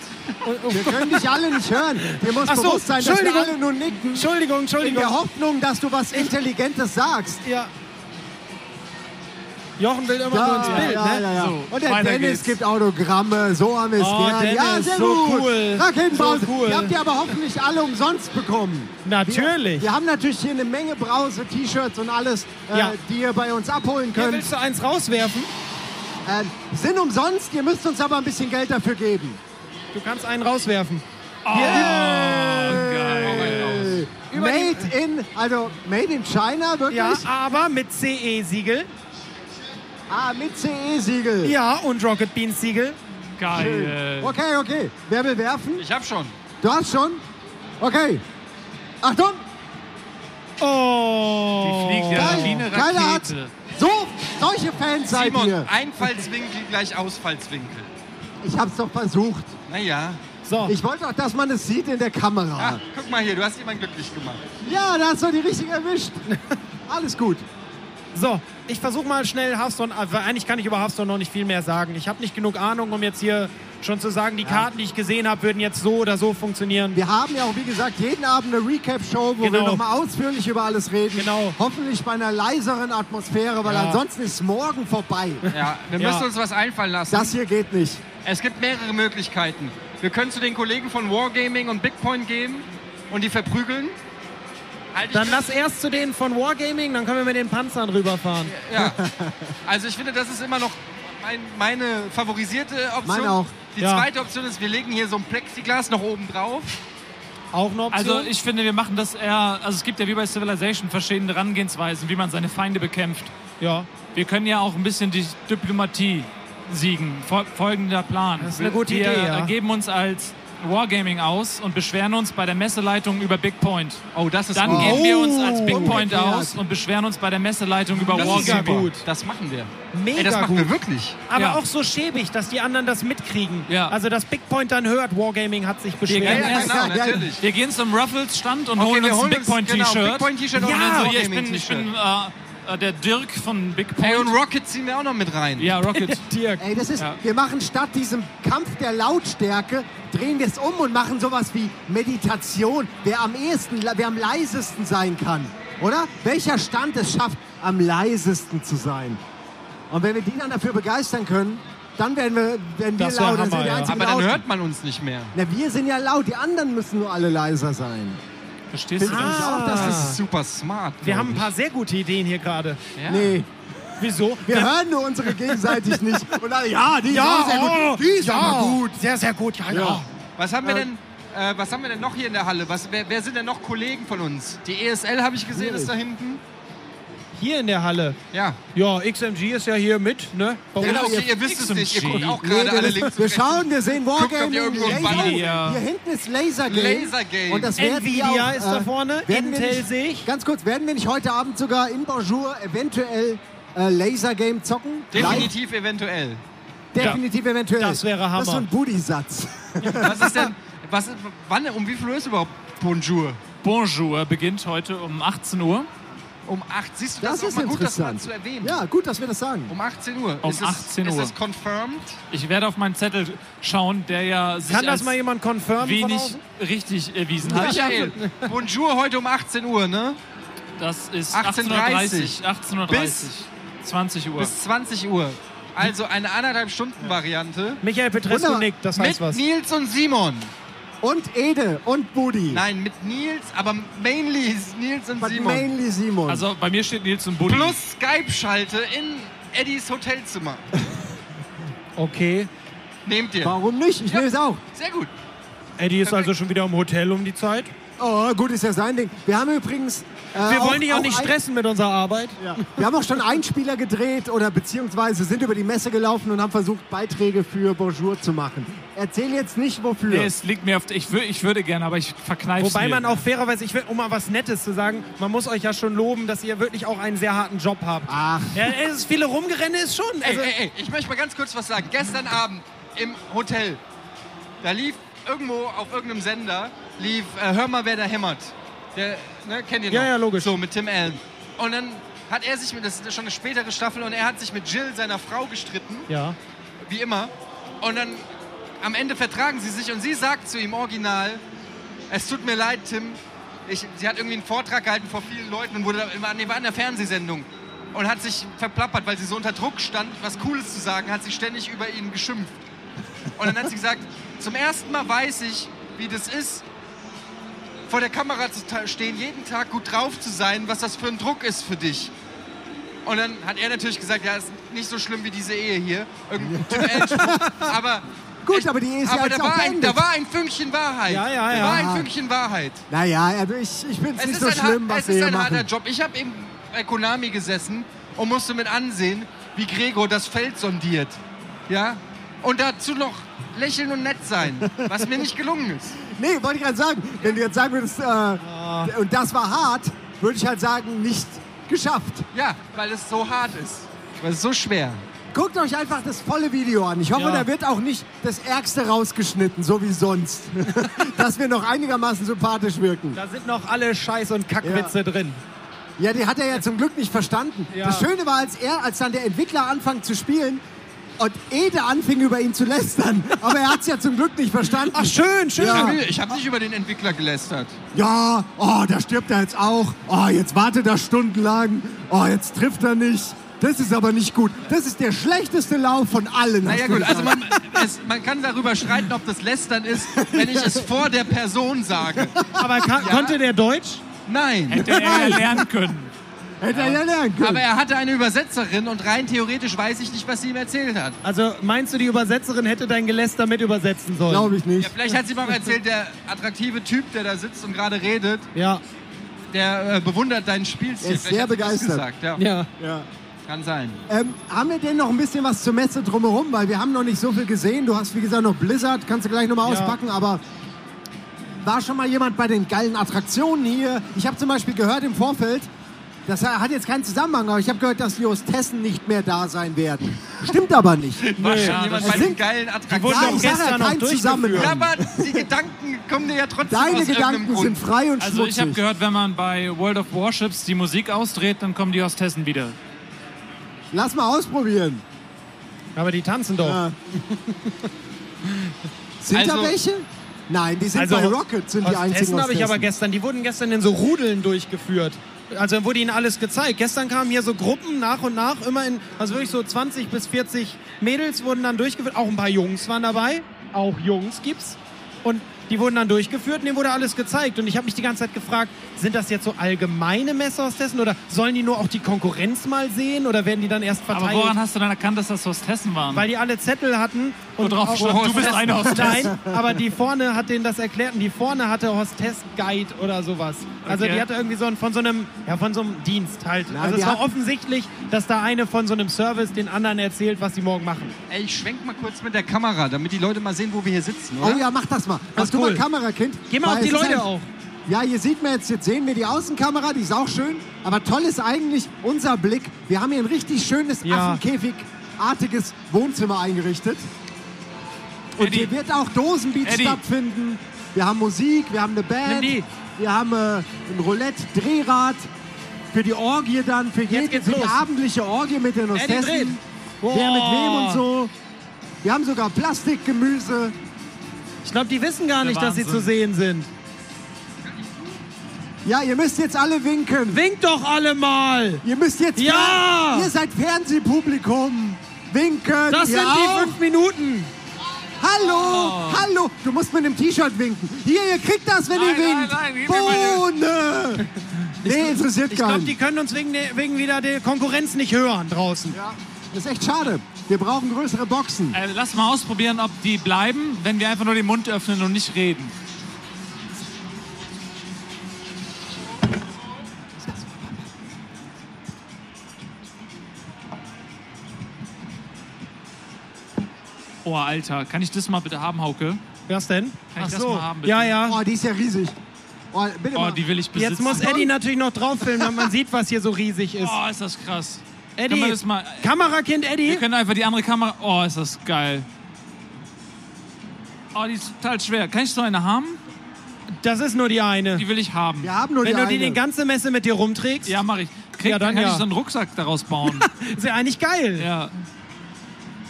Speaker 1: Wir können dich alle nicht hören. Dir muss
Speaker 2: Ach so,
Speaker 1: bewusst sein, dass wir
Speaker 2: Entschuldigung.
Speaker 1: alle nur nicken.
Speaker 2: Entschuldigung,
Speaker 1: In
Speaker 2: Entschuldigung.
Speaker 1: der Hoffnung, dass du was Intelligentes sagst.
Speaker 2: Ja. Jochen will immer nur ins
Speaker 1: Ah, ja,
Speaker 2: Bild,
Speaker 1: ja,
Speaker 2: ne?
Speaker 1: ja, ja.
Speaker 4: So,
Speaker 1: Und der
Speaker 4: weiter
Speaker 1: Dennis
Speaker 4: geht's.
Speaker 1: gibt Autogramme, so haben wir es
Speaker 2: Oh,
Speaker 1: gern. ja,
Speaker 2: Dennis,
Speaker 1: sehr
Speaker 2: so
Speaker 1: gut.
Speaker 2: cool.
Speaker 1: Raketenbrause.
Speaker 2: So cool.
Speaker 1: Die habt ihr aber hoffentlich alle umsonst bekommen.
Speaker 2: Natürlich.
Speaker 1: Wir haben natürlich hier eine Menge Brause, T-Shirts und alles, äh,
Speaker 2: Ja.
Speaker 1: die ihr bei uns abholen
Speaker 2: Hier
Speaker 1: könnt.
Speaker 2: willst du eins rauswerfen?
Speaker 1: Äh, sind umsonst, ihr müsst uns aber ein bisschen Geld dafür geben.
Speaker 2: Du kannst einen rauswerfen.
Speaker 4: Oh, geil.
Speaker 1: Äh, made in, also made in China, wirklich?
Speaker 2: Ja, aber mit CE-Siegel.
Speaker 1: Ah, mit CE-Siegel.
Speaker 2: Ja, und Rocket Beans-Siegel.
Speaker 4: Geil.
Speaker 1: Okay, okay. Wer will werfen?
Speaker 3: Ich hab schon.
Speaker 1: Du hast schon? Okay. Achtung!
Speaker 4: Die
Speaker 2: Oh.
Speaker 4: fliegt ja
Speaker 1: Geil.
Speaker 4: wie eine
Speaker 1: Geile Art.
Speaker 4: Rakete.
Speaker 1: So, solche Fans seid
Speaker 3: Simon,
Speaker 1: ihr.
Speaker 3: Einfallswinkel gleich Ausfallswinkel.
Speaker 1: Ich hab's doch versucht.
Speaker 3: Naja.
Speaker 2: So.
Speaker 1: Ich wollte doch, dass man es sieht in der
Speaker 3: Ach,
Speaker 1: Kamera.
Speaker 3: Ah, guck mal hier, du hast jemanden glücklich gemacht.
Speaker 1: Ja, da hast du die richtige erwischt. Alles gut.
Speaker 2: So, ich versuche mal schnell Hearthstone, aber eigentlich kann ich über Hearthstone noch nicht viel mehr sagen. Ich habe nicht genug Ahnung, um jetzt hier schon zu sagen, die Karten, die ich gesehen habe, würden jetzt so oder so funktionieren.
Speaker 1: Wir haben ja auch, wie gesagt, jeden Abend eine Recap-Show, wo wir
Speaker 2: Genau.
Speaker 1: nochmal ausführlich über alles reden.
Speaker 2: Genau.
Speaker 1: Hoffentlich bei einer leiseren Atmosphäre, weil
Speaker 2: Ja.
Speaker 1: ansonsten ist morgen vorbei.
Speaker 3: Ja, wir
Speaker 2: Ja.
Speaker 3: müssen uns was einfallen lassen.
Speaker 1: Das hier geht nicht.
Speaker 3: Es gibt mehrere Möglichkeiten. Wir können zu den Kollegen von Wargaming und Bigpoint gehen und die verprügeln. Halte ich
Speaker 2: Dann lass erst zu denen von Wargaming, dann können wir mit den Panzern rüberfahren.
Speaker 3: Ja. Also ich finde, das ist immer noch mein, meine favorisierte Option.
Speaker 1: Meine auch.
Speaker 3: Die
Speaker 2: Ja.
Speaker 3: zweite Option ist, wir legen hier so ein Plexiglas noch oben drauf.
Speaker 2: Auch eine Option.
Speaker 4: Also ich finde, wir machen das eher, also es gibt ja wie bei Civilization verschiedene Herangehensweisen, wie man seine Feinde bekämpft.
Speaker 2: ja,
Speaker 4: Wir können ja auch ein bisschen die Diplomatie siegen. Fol folgender Plan. Das
Speaker 2: ist eine gute
Speaker 4: wir
Speaker 2: Idee, ja.
Speaker 4: Wir geben uns als Wargaming aus und beschweren uns bei der Messeleitung über Big Point.
Speaker 3: Oh, das ist
Speaker 4: Dann
Speaker 3: gut.
Speaker 4: geben wir uns als Big
Speaker 1: Oh,
Speaker 4: Point
Speaker 1: umgekehrt.
Speaker 4: aus und beschweren uns bei der Messeleitung
Speaker 3: Oh,
Speaker 4: über
Speaker 2: Das ist ja
Speaker 4: Wargaming.
Speaker 2: gut.
Speaker 3: Das machen wir.
Speaker 2: mega
Speaker 3: Ey, das machen
Speaker 2: gut.
Speaker 3: wir wirklich.
Speaker 2: Aber
Speaker 4: Ja.
Speaker 2: auch so schäbig, dass die anderen das mitkriegen.
Speaker 4: Ja.
Speaker 2: Also dass Big Point dann hört, Wargaming hat sich
Speaker 4: Ja,
Speaker 2: beschwert.
Speaker 4: ja,
Speaker 1: ja,
Speaker 3: genau,
Speaker 1: ja.
Speaker 3: natürlich.
Speaker 4: Wir gehen zum Ruffles-Stand und holen uns ein Big
Speaker 3: genau,
Speaker 4: Point-T-Shirt.
Speaker 3: Big Point T-Shirt und
Speaker 4: ja,
Speaker 3: ein
Speaker 4: so, hier, ich bin, ich
Speaker 3: Wargaming-T-Shirt.
Speaker 4: bin äh, äh, der Dirk von Big
Speaker 3: Ey, und
Speaker 4: Point.
Speaker 3: Rocket ziehen wir auch noch mit rein.
Speaker 4: Ja, Rocket.
Speaker 2: Dirk.
Speaker 1: Ey, das ist,
Speaker 4: Ja.
Speaker 1: wir machen statt diesem Kampf der Lautstärke, drehen wir es um und machen sowas wie Meditation, wer am ehesten, wer am leisesten sein kann, oder? Welcher Stand es schafft, am leisesten zu sein. Und wenn wir die dann dafür begeistern können, dann werden wir, werden wir
Speaker 2: Das wär
Speaker 1: laut, dann
Speaker 2: Hammer,
Speaker 1: sind wir
Speaker 2: ja.
Speaker 1: einzigen
Speaker 3: Aber dann
Speaker 1: Lauten.
Speaker 3: hört man uns nicht mehr.
Speaker 1: Na, wir sind ja laut, die anderen müssen nur alle leiser sein.
Speaker 4: Verstehst du
Speaker 1: Findest
Speaker 4: das?
Speaker 1: du auch, dass
Speaker 3: Das
Speaker 1: das
Speaker 3: ist super smart.
Speaker 2: Wir
Speaker 3: glaub
Speaker 2: haben ein
Speaker 3: ich.
Speaker 2: paar sehr gute Ideen hier gerade.
Speaker 3: Ja.
Speaker 1: Nee,
Speaker 2: Wieso?
Speaker 1: wir hören nur unsere gegenseitig nicht. Und alle, ja, die ist auch sehr
Speaker 2: oh,
Speaker 1: gut. Die ist
Speaker 2: ja,
Speaker 1: aber gut.
Speaker 2: Sehr, sehr gut. Ja, ja.
Speaker 1: Ja.
Speaker 3: Was haben wir denn? Äh, was haben wir denn noch hier in der Halle? Was, wer, wer sind denn noch Kollegen von uns? Die E ESL habe ich gesehen, ist da hinten.
Speaker 2: Hier in der Halle.
Speaker 3: Ja.
Speaker 2: Ja, XMG ist ja hier mit, ne? Bei
Speaker 1: Ja,
Speaker 2: uns.
Speaker 1: Genau,
Speaker 3: okay,
Speaker 1: ihr
Speaker 3: ihr wisst es nicht. Ihr guckt auch
Speaker 1: Nee,
Speaker 3: gerade alle
Speaker 1: Dennis,
Speaker 3: links und
Speaker 1: wir
Speaker 3: rechts.
Speaker 1: schauen, wir sehen
Speaker 3: Guckt,
Speaker 1: Wargaming.
Speaker 3: ob ihr irgendwo einen
Speaker 1: Laser-
Speaker 3: Banner-
Speaker 4: Ja.
Speaker 1: Hier hinten ist Lasergame.
Speaker 3: Lasergame.
Speaker 1: Und das werden wir
Speaker 2: Nvidia
Speaker 1: auch, äh,
Speaker 2: ist da vorne,
Speaker 1: werden wir
Speaker 2: Intel
Speaker 1: nicht-
Speaker 2: sehe ich.
Speaker 1: Ganz kurz, werden wir nicht heute Abend sogar in Bonjour eventuell äh, Lasergame zocken? Live?
Speaker 3: Definitiv eventuell.
Speaker 1: Definitiv eventuell.
Speaker 2: Das wäre Hammer.
Speaker 1: Das ist so ein Booty-Satz.
Speaker 3: Was ist denn. Was, wann, um wie viel Uhr ist überhaupt Bonjour?
Speaker 4: Bonjour beginnt heute um 18 Uhr.
Speaker 3: Um 8. Siehst du,
Speaker 1: Das,
Speaker 3: das,
Speaker 1: ist
Speaker 3: auch mal gut, das mal
Speaker 1: interessant.
Speaker 3: zu erwähnen.
Speaker 1: ja, gut, dass wir das sagen.
Speaker 3: Um 18 Uhr.
Speaker 4: Um
Speaker 3: ist
Speaker 4: 18
Speaker 3: es,
Speaker 4: Uhr.
Speaker 3: Ist es confirmed?
Speaker 4: Ich werde auf meinen Zettel schauen, der ja sich
Speaker 2: Kann das
Speaker 4: als
Speaker 2: mal jemand confirmen? Von
Speaker 4: wenig
Speaker 2: außen?
Speaker 4: richtig erwiesen hat.
Speaker 3: Michael, Bonjour heute um 18 Uhr, ne?
Speaker 4: Das ist 18.30
Speaker 3: 18.30.
Speaker 4: 18.30 20 Uhr.
Speaker 3: Bis 20 Uhr. Also eine anderthalb Stunden Variante.
Speaker 2: Michael Petrescu
Speaker 1: Wunderbar.
Speaker 2: nickt, das
Speaker 3: Mit
Speaker 2: heißt was.
Speaker 3: Nils und Simon.
Speaker 1: Und Ede und Booty.
Speaker 3: Nein, mit Nils, aber mainly ist Nils und
Speaker 1: But
Speaker 3: Simon.
Speaker 1: mainly Simon.
Speaker 4: Also bei mir steht Nils und Buddy.
Speaker 3: Plus Skype-Schalte in Eddies Hotelzimmer.
Speaker 2: Okay.
Speaker 3: Nehmt ihr.
Speaker 1: Warum nicht? Ich
Speaker 3: Ja.
Speaker 1: nehme es auch.
Speaker 3: Sehr gut.
Speaker 2: Eddie ist also schon wieder im Hotel um die Zeit.
Speaker 1: Oh, gut ist ja sein Ding. Wir haben übrigens. äh,
Speaker 2: Wir wollen dich auch, nicht
Speaker 1: ein-
Speaker 2: stressen mit unserer Arbeit.
Speaker 1: Wir haben auch schon Einspieler gedreht oder beziehungsweise sind über die Messe gelaufen und haben versucht, Beiträge für Bonjour zu machen. Erzähl jetzt nicht, wofür.
Speaker 4: Nee, es liegt mir auf. Ich, wür, ich würde gerne, aber ich verkneife
Speaker 2: Wobei
Speaker 4: mir.
Speaker 2: man auch fairerweise, ich will, um mal was Nettes zu sagen, man muss euch ja schon loben, dass ihr wirklich auch einen sehr harten Job habt.
Speaker 1: Ach,
Speaker 2: Ja, es ist viele Rumgerenne ist schon.
Speaker 3: Ey,
Speaker 2: Also,
Speaker 3: ey, ey, ich möchte mal ganz kurz was sagen. Gestern Abend im Hotel, da lief irgendwo auf irgendeinem Sender, lief äh, Hör mal, wer da hämmert. Der, ne, kennt ihr noch?
Speaker 2: Ja, ja, logisch.
Speaker 3: So, mit Tim Allen. Und dann hat er sich mit, das ist schon eine spätere Staffel, und er hat sich mit Jill, seiner Frau, gestritten,
Speaker 2: ja.
Speaker 3: wie immer. Und dann am Ende vertragen sie sich und sie sagt zu ihm original, es tut mir leid, Tim. Ich, sie hat irgendwie einen Vortrag gehalten vor vielen Leuten und wurde, da- war nee, war in der Fernsehsendung und hat sich verplappert, weil sie so unter Druck stand, was Cooles zu sagen, hat sie ständig über ihn geschimpft. Und dann hat sie gesagt, zum ersten Mal weiß ich, wie das ist, vor der Kamera zu ta- stehen, jeden Tag gut drauf zu sein, was das für ein Druck ist für dich. Und dann hat er natürlich gesagt, ja, ist nicht so schlimm wie diese Ehe hier. Irgendein Tim Ellenspruch. aber
Speaker 1: Gut, aber die Ehe ist ja
Speaker 3: aber
Speaker 1: jetzt
Speaker 3: da,
Speaker 1: auch
Speaker 3: war ein,
Speaker 1: beendet.
Speaker 3: da war ein Fünkchen Wahrheit.
Speaker 2: Ja, ja,
Speaker 3: da
Speaker 2: ja.
Speaker 3: war ein Fünkchen Wahrheit.
Speaker 1: Naja, also ich, ich finde es nicht so
Speaker 3: ein, har-
Speaker 1: schlimm, was
Speaker 3: es
Speaker 1: wir
Speaker 3: ist
Speaker 1: hier
Speaker 3: ein harter
Speaker 1: machen.
Speaker 3: Job. Ich habe eben bei Konami gesessen und musste mit ansehen, wie Gregor das Feld sondiert. Ja? Und dazu noch lächeln und nett sein, was mir nicht gelungen ist.
Speaker 1: Nee, wollte ich gerade sagen. Wenn du jetzt sagen würdest, äh, und das war hart, würde ich halt sagen, nicht geschafft.
Speaker 3: Ja, weil es so hart ist. Weil es so schwer.
Speaker 1: Guckt euch einfach das volle Video an. Ich hoffe,
Speaker 2: Ja.
Speaker 1: da wird auch nicht das Ärgste rausgeschnitten, so wie sonst. Dass wir noch einigermaßen sympathisch wirken.
Speaker 2: Da sind noch alle Scheiß- und Kackwitze drin.
Speaker 1: Ja, die hat er ja zum Glück nicht verstanden.
Speaker 2: Ja.
Speaker 1: Das Schöne war, als er, als dann der Entwickler anfing zu spielen und Ede anfing, über ihn zu lästern. Aber er hat es ja zum Glück nicht verstanden.
Speaker 2: Ach, schön, schön.
Speaker 1: Ja.
Speaker 3: Ich habe nicht über den Entwickler gelästert.
Speaker 1: Ja, oh, da stirbt er jetzt auch. Oh, jetzt wartet er stundenlang. Oh, jetzt trifft er nicht. Das ist aber nicht gut. Das ist der schlechteste Lauf von allen.
Speaker 3: Naja
Speaker 1: hast du
Speaker 3: gut,
Speaker 1: gesagt.
Speaker 3: also man, es, man kann darüber streiten, ob das Lästern ist, wenn ich es vor der Person sage.
Speaker 2: Aber ka- konnte der Deutsch?
Speaker 3: Nein.
Speaker 4: Hätte er ja lernen können.
Speaker 1: Hätte er ja lernen können.
Speaker 3: Aber er hatte eine Übersetzerin und rein theoretisch weiß ich nicht, was sie ihm erzählt hat.
Speaker 2: Also meinst du, die Übersetzerin hätte dein Geläster mit übersetzen sollen?
Speaker 1: Glaube ich
Speaker 3: Ja,
Speaker 1: nicht.
Speaker 3: vielleicht hat sie mal erzählt, der attraktive Typ, der da sitzt und gerade redet,
Speaker 2: Ja,
Speaker 3: der äh, bewundert deinen Spielstil.
Speaker 1: Er ist
Speaker 3: Vielleicht
Speaker 1: sehr
Speaker 3: hat sie das
Speaker 1: begeistert.
Speaker 3: Gesagt. Ja,
Speaker 2: ja.
Speaker 1: Ja.
Speaker 3: Kann sein.
Speaker 1: Ähm, haben wir denn noch ein bisschen was zur Messe drumherum? Weil wir haben noch nicht so viel gesehen. Du hast, wie gesagt, noch Blizzard. Kannst du gleich nochmal
Speaker 2: Ja.
Speaker 1: auspacken. Aber war schon mal jemand bei den geilen Attraktionen hier? Ich habe zum Beispiel gehört im Vorfeld, das hat jetzt keinen Zusammenhang, aber ich habe gehört, dass die Hostessen nicht mehr da sein werden. Stimmt aber nicht.
Speaker 3: War schon
Speaker 4: ja,
Speaker 3: jemand
Speaker 1: das
Speaker 3: bei den
Speaker 1: sind-
Speaker 3: geilen
Speaker 2: wurden
Speaker 1: Ja,
Speaker 2: doch
Speaker 1: ich
Speaker 3: Attraktionen.
Speaker 1: sag ja
Speaker 2: gestern noch
Speaker 1: keinen Zusammenhang.
Speaker 3: Ja,
Speaker 2: durchgeführt.
Speaker 3: aber die Gedanken kommen dir ja trotzdem aus
Speaker 1: Deine
Speaker 3: irgendeinem
Speaker 1: Gedanken
Speaker 3: Grund.
Speaker 1: sind frei und
Speaker 4: Also ich habe
Speaker 1: schmutzig.
Speaker 4: gehört, wenn man bei World of Warships die Musik ausdreht, dann kommen die Hostessen wieder.
Speaker 1: Lass mal ausprobieren.
Speaker 2: Aber die tanzen doch.
Speaker 1: Ja. sind da
Speaker 3: Also-
Speaker 1: welche? Nein, die sind
Speaker 2: Also
Speaker 1: bei Rocket, sind die
Speaker 2: aus
Speaker 1: einzigen
Speaker 2: Essen
Speaker 1: aus
Speaker 2: habe ich aber
Speaker 1: Essen.
Speaker 2: gestern, die wurden gestern in so Rudeln durchgeführt. Also dann wurde ihnen alles gezeigt. Gestern kamen hier so Gruppen nach und nach, immer in, also wirklich so 20 bis 40 Mädels wurden dann durchgeführt. Auch ein paar Jungs waren dabei. Auch Jungs gibt's. Und die wurden dann durchgeführt und denen wurde alles gezeigt. Und ich habe mich die ganze Zeit gefragt, sind das jetzt so allgemeine Messehostessen oder sollen die nur auch die Konkurrenz mal sehen oder werden die dann erst
Speaker 4: Aber
Speaker 2: verteilt?
Speaker 4: woran hast du dann erkannt, dass das Hostessen waren?
Speaker 2: weil die alle Zettel hatten
Speaker 4: Wo
Speaker 2: und
Speaker 4: drauf
Speaker 2: auch-
Speaker 4: stand, du bist eine Hostess.
Speaker 2: Nein, aber die vorne hat denen das erklärt und die vorne hatte Hostess Guide oder sowas. Also
Speaker 4: Okay.
Speaker 2: die hatte irgendwie so ein, von so einem ja von so einem Dienst halt.
Speaker 1: Nein,
Speaker 2: also
Speaker 1: die
Speaker 2: es war
Speaker 1: hat-
Speaker 2: offensichtlich, dass da eine von so einem Service den anderen erzählt, was sie morgen machen.
Speaker 3: Ey, ich schwenk mal kurz mit der Kamera, damit die Leute mal sehen, wo wir hier sitzen,
Speaker 1: Oh
Speaker 3: oder?
Speaker 1: ja, mach das mal. Mach
Speaker 2: Das ist
Speaker 1: du mal
Speaker 2: cool.
Speaker 1: Kamerakind.
Speaker 2: Geh mal
Speaker 1: weil
Speaker 2: auf die
Speaker 1: es ist
Speaker 2: Leute
Speaker 1: ein-
Speaker 2: auch.
Speaker 1: Ja, hier sieht man jetzt, jetzt sehen wir die Außenkamera, die ist auch schön. Aber toll ist eigentlich unser Blick. Wir haben hier ein richtig schönes
Speaker 2: Ja.
Speaker 1: Affenkäfigartiges Wohnzimmer eingerichtet. Und
Speaker 4: Eddie.
Speaker 1: hier wird auch Dosenbeat
Speaker 4: Eddie.
Speaker 1: stattfinden. Wir haben Musik, wir haben eine
Speaker 4: Nimm
Speaker 1: Band,
Speaker 4: die.
Speaker 1: wir haben äh, ein Roulette-Drehrad für die Orgie dann, für, jede,
Speaker 2: geht's
Speaker 1: für die
Speaker 2: los.
Speaker 1: abendliche Orgie mit den
Speaker 2: Eddie dreht.
Speaker 1: Hostessen. Wer mit wem und so. Wir haben sogar Plastikgemüse.
Speaker 2: Ich glaube, die wissen gar
Speaker 4: Der
Speaker 2: nicht, dass sie
Speaker 4: Wahnsinn.
Speaker 2: zu sehen sind.
Speaker 1: Ja, ihr müsst jetzt alle winken.
Speaker 2: Winkt doch alle mal!
Speaker 1: Ihr müsst jetzt.
Speaker 2: Ja!
Speaker 1: Ihr seid Fernsehpublikum. Winken.
Speaker 2: Das
Speaker 1: ihr
Speaker 2: sind
Speaker 1: auch.
Speaker 2: die Oh. fünf Minuten.
Speaker 1: Hallo, hallo. Du musst mit einem T-Shirt winken. Hier, ihr kriegt das, wenn ihr winkt.
Speaker 4: nein, gib
Speaker 1: Bohne. Nee, interessiert
Speaker 2: Ich
Speaker 1: gar
Speaker 2: glaube, die
Speaker 1: nicht.
Speaker 2: können uns wegen, der, wegen wieder der Konkurrenz nicht hören draußen.
Speaker 1: Ja, das ist echt schade. Wir brauchen größere Boxen.
Speaker 4: Äh, lass mal ausprobieren, ob die bleiben, wenn wir einfach nur den Mund öffnen und nicht reden. Oh, Alter, kann ich das mal bitte haben, Hauke?
Speaker 2: Was denn?
Speaker 4: Kann ich das mal haben, bitte?
Speaker 2: Ja, ja.
Speaker 1: Oh, die ist ja riesig. Oh, bitte
Speaker 4: Oh,
Speaker 1: mal.
Speaker 4: die will ich besitzen.
Speaker 2: Jetzt muss Eddie natürlich noch drauf filmen, damit man sieht, was hier so riesig ist.
Speaker 4: Oh, ist das krass.
Speaker 2: Eddie,
Speaker 4: Können wir das mal...
Speaker 2: Kamerakind Eddie.
Speaker 4: Wir können einfach die andere Kamera... Oh, ist das geil. Oh, die ist total schwer. Kann ich so eine haben?
Speaker 2: Das ist nur die eine.
Speaker 4: Die will ich haben.
Speaker 1: Wir haben nur
Speaker 2: Wenn
Speaker 1: die
Speaker 2: du die
Speaker 1: eine.
Speaker 2: die ganze Messe mit dir rumträgst,
Speaker 4: Ja, mach ich. Krieg,
Speaker 2: Ja,
Speaker 4: dann
Speaker 2: dann
Speaker 4: kann
Speaker 2: ja.
Speaker 4: ich so einen Rucksack daraus bauen.
Speaker 2: ist ja eigentlich geil.
Speaker 4: ja.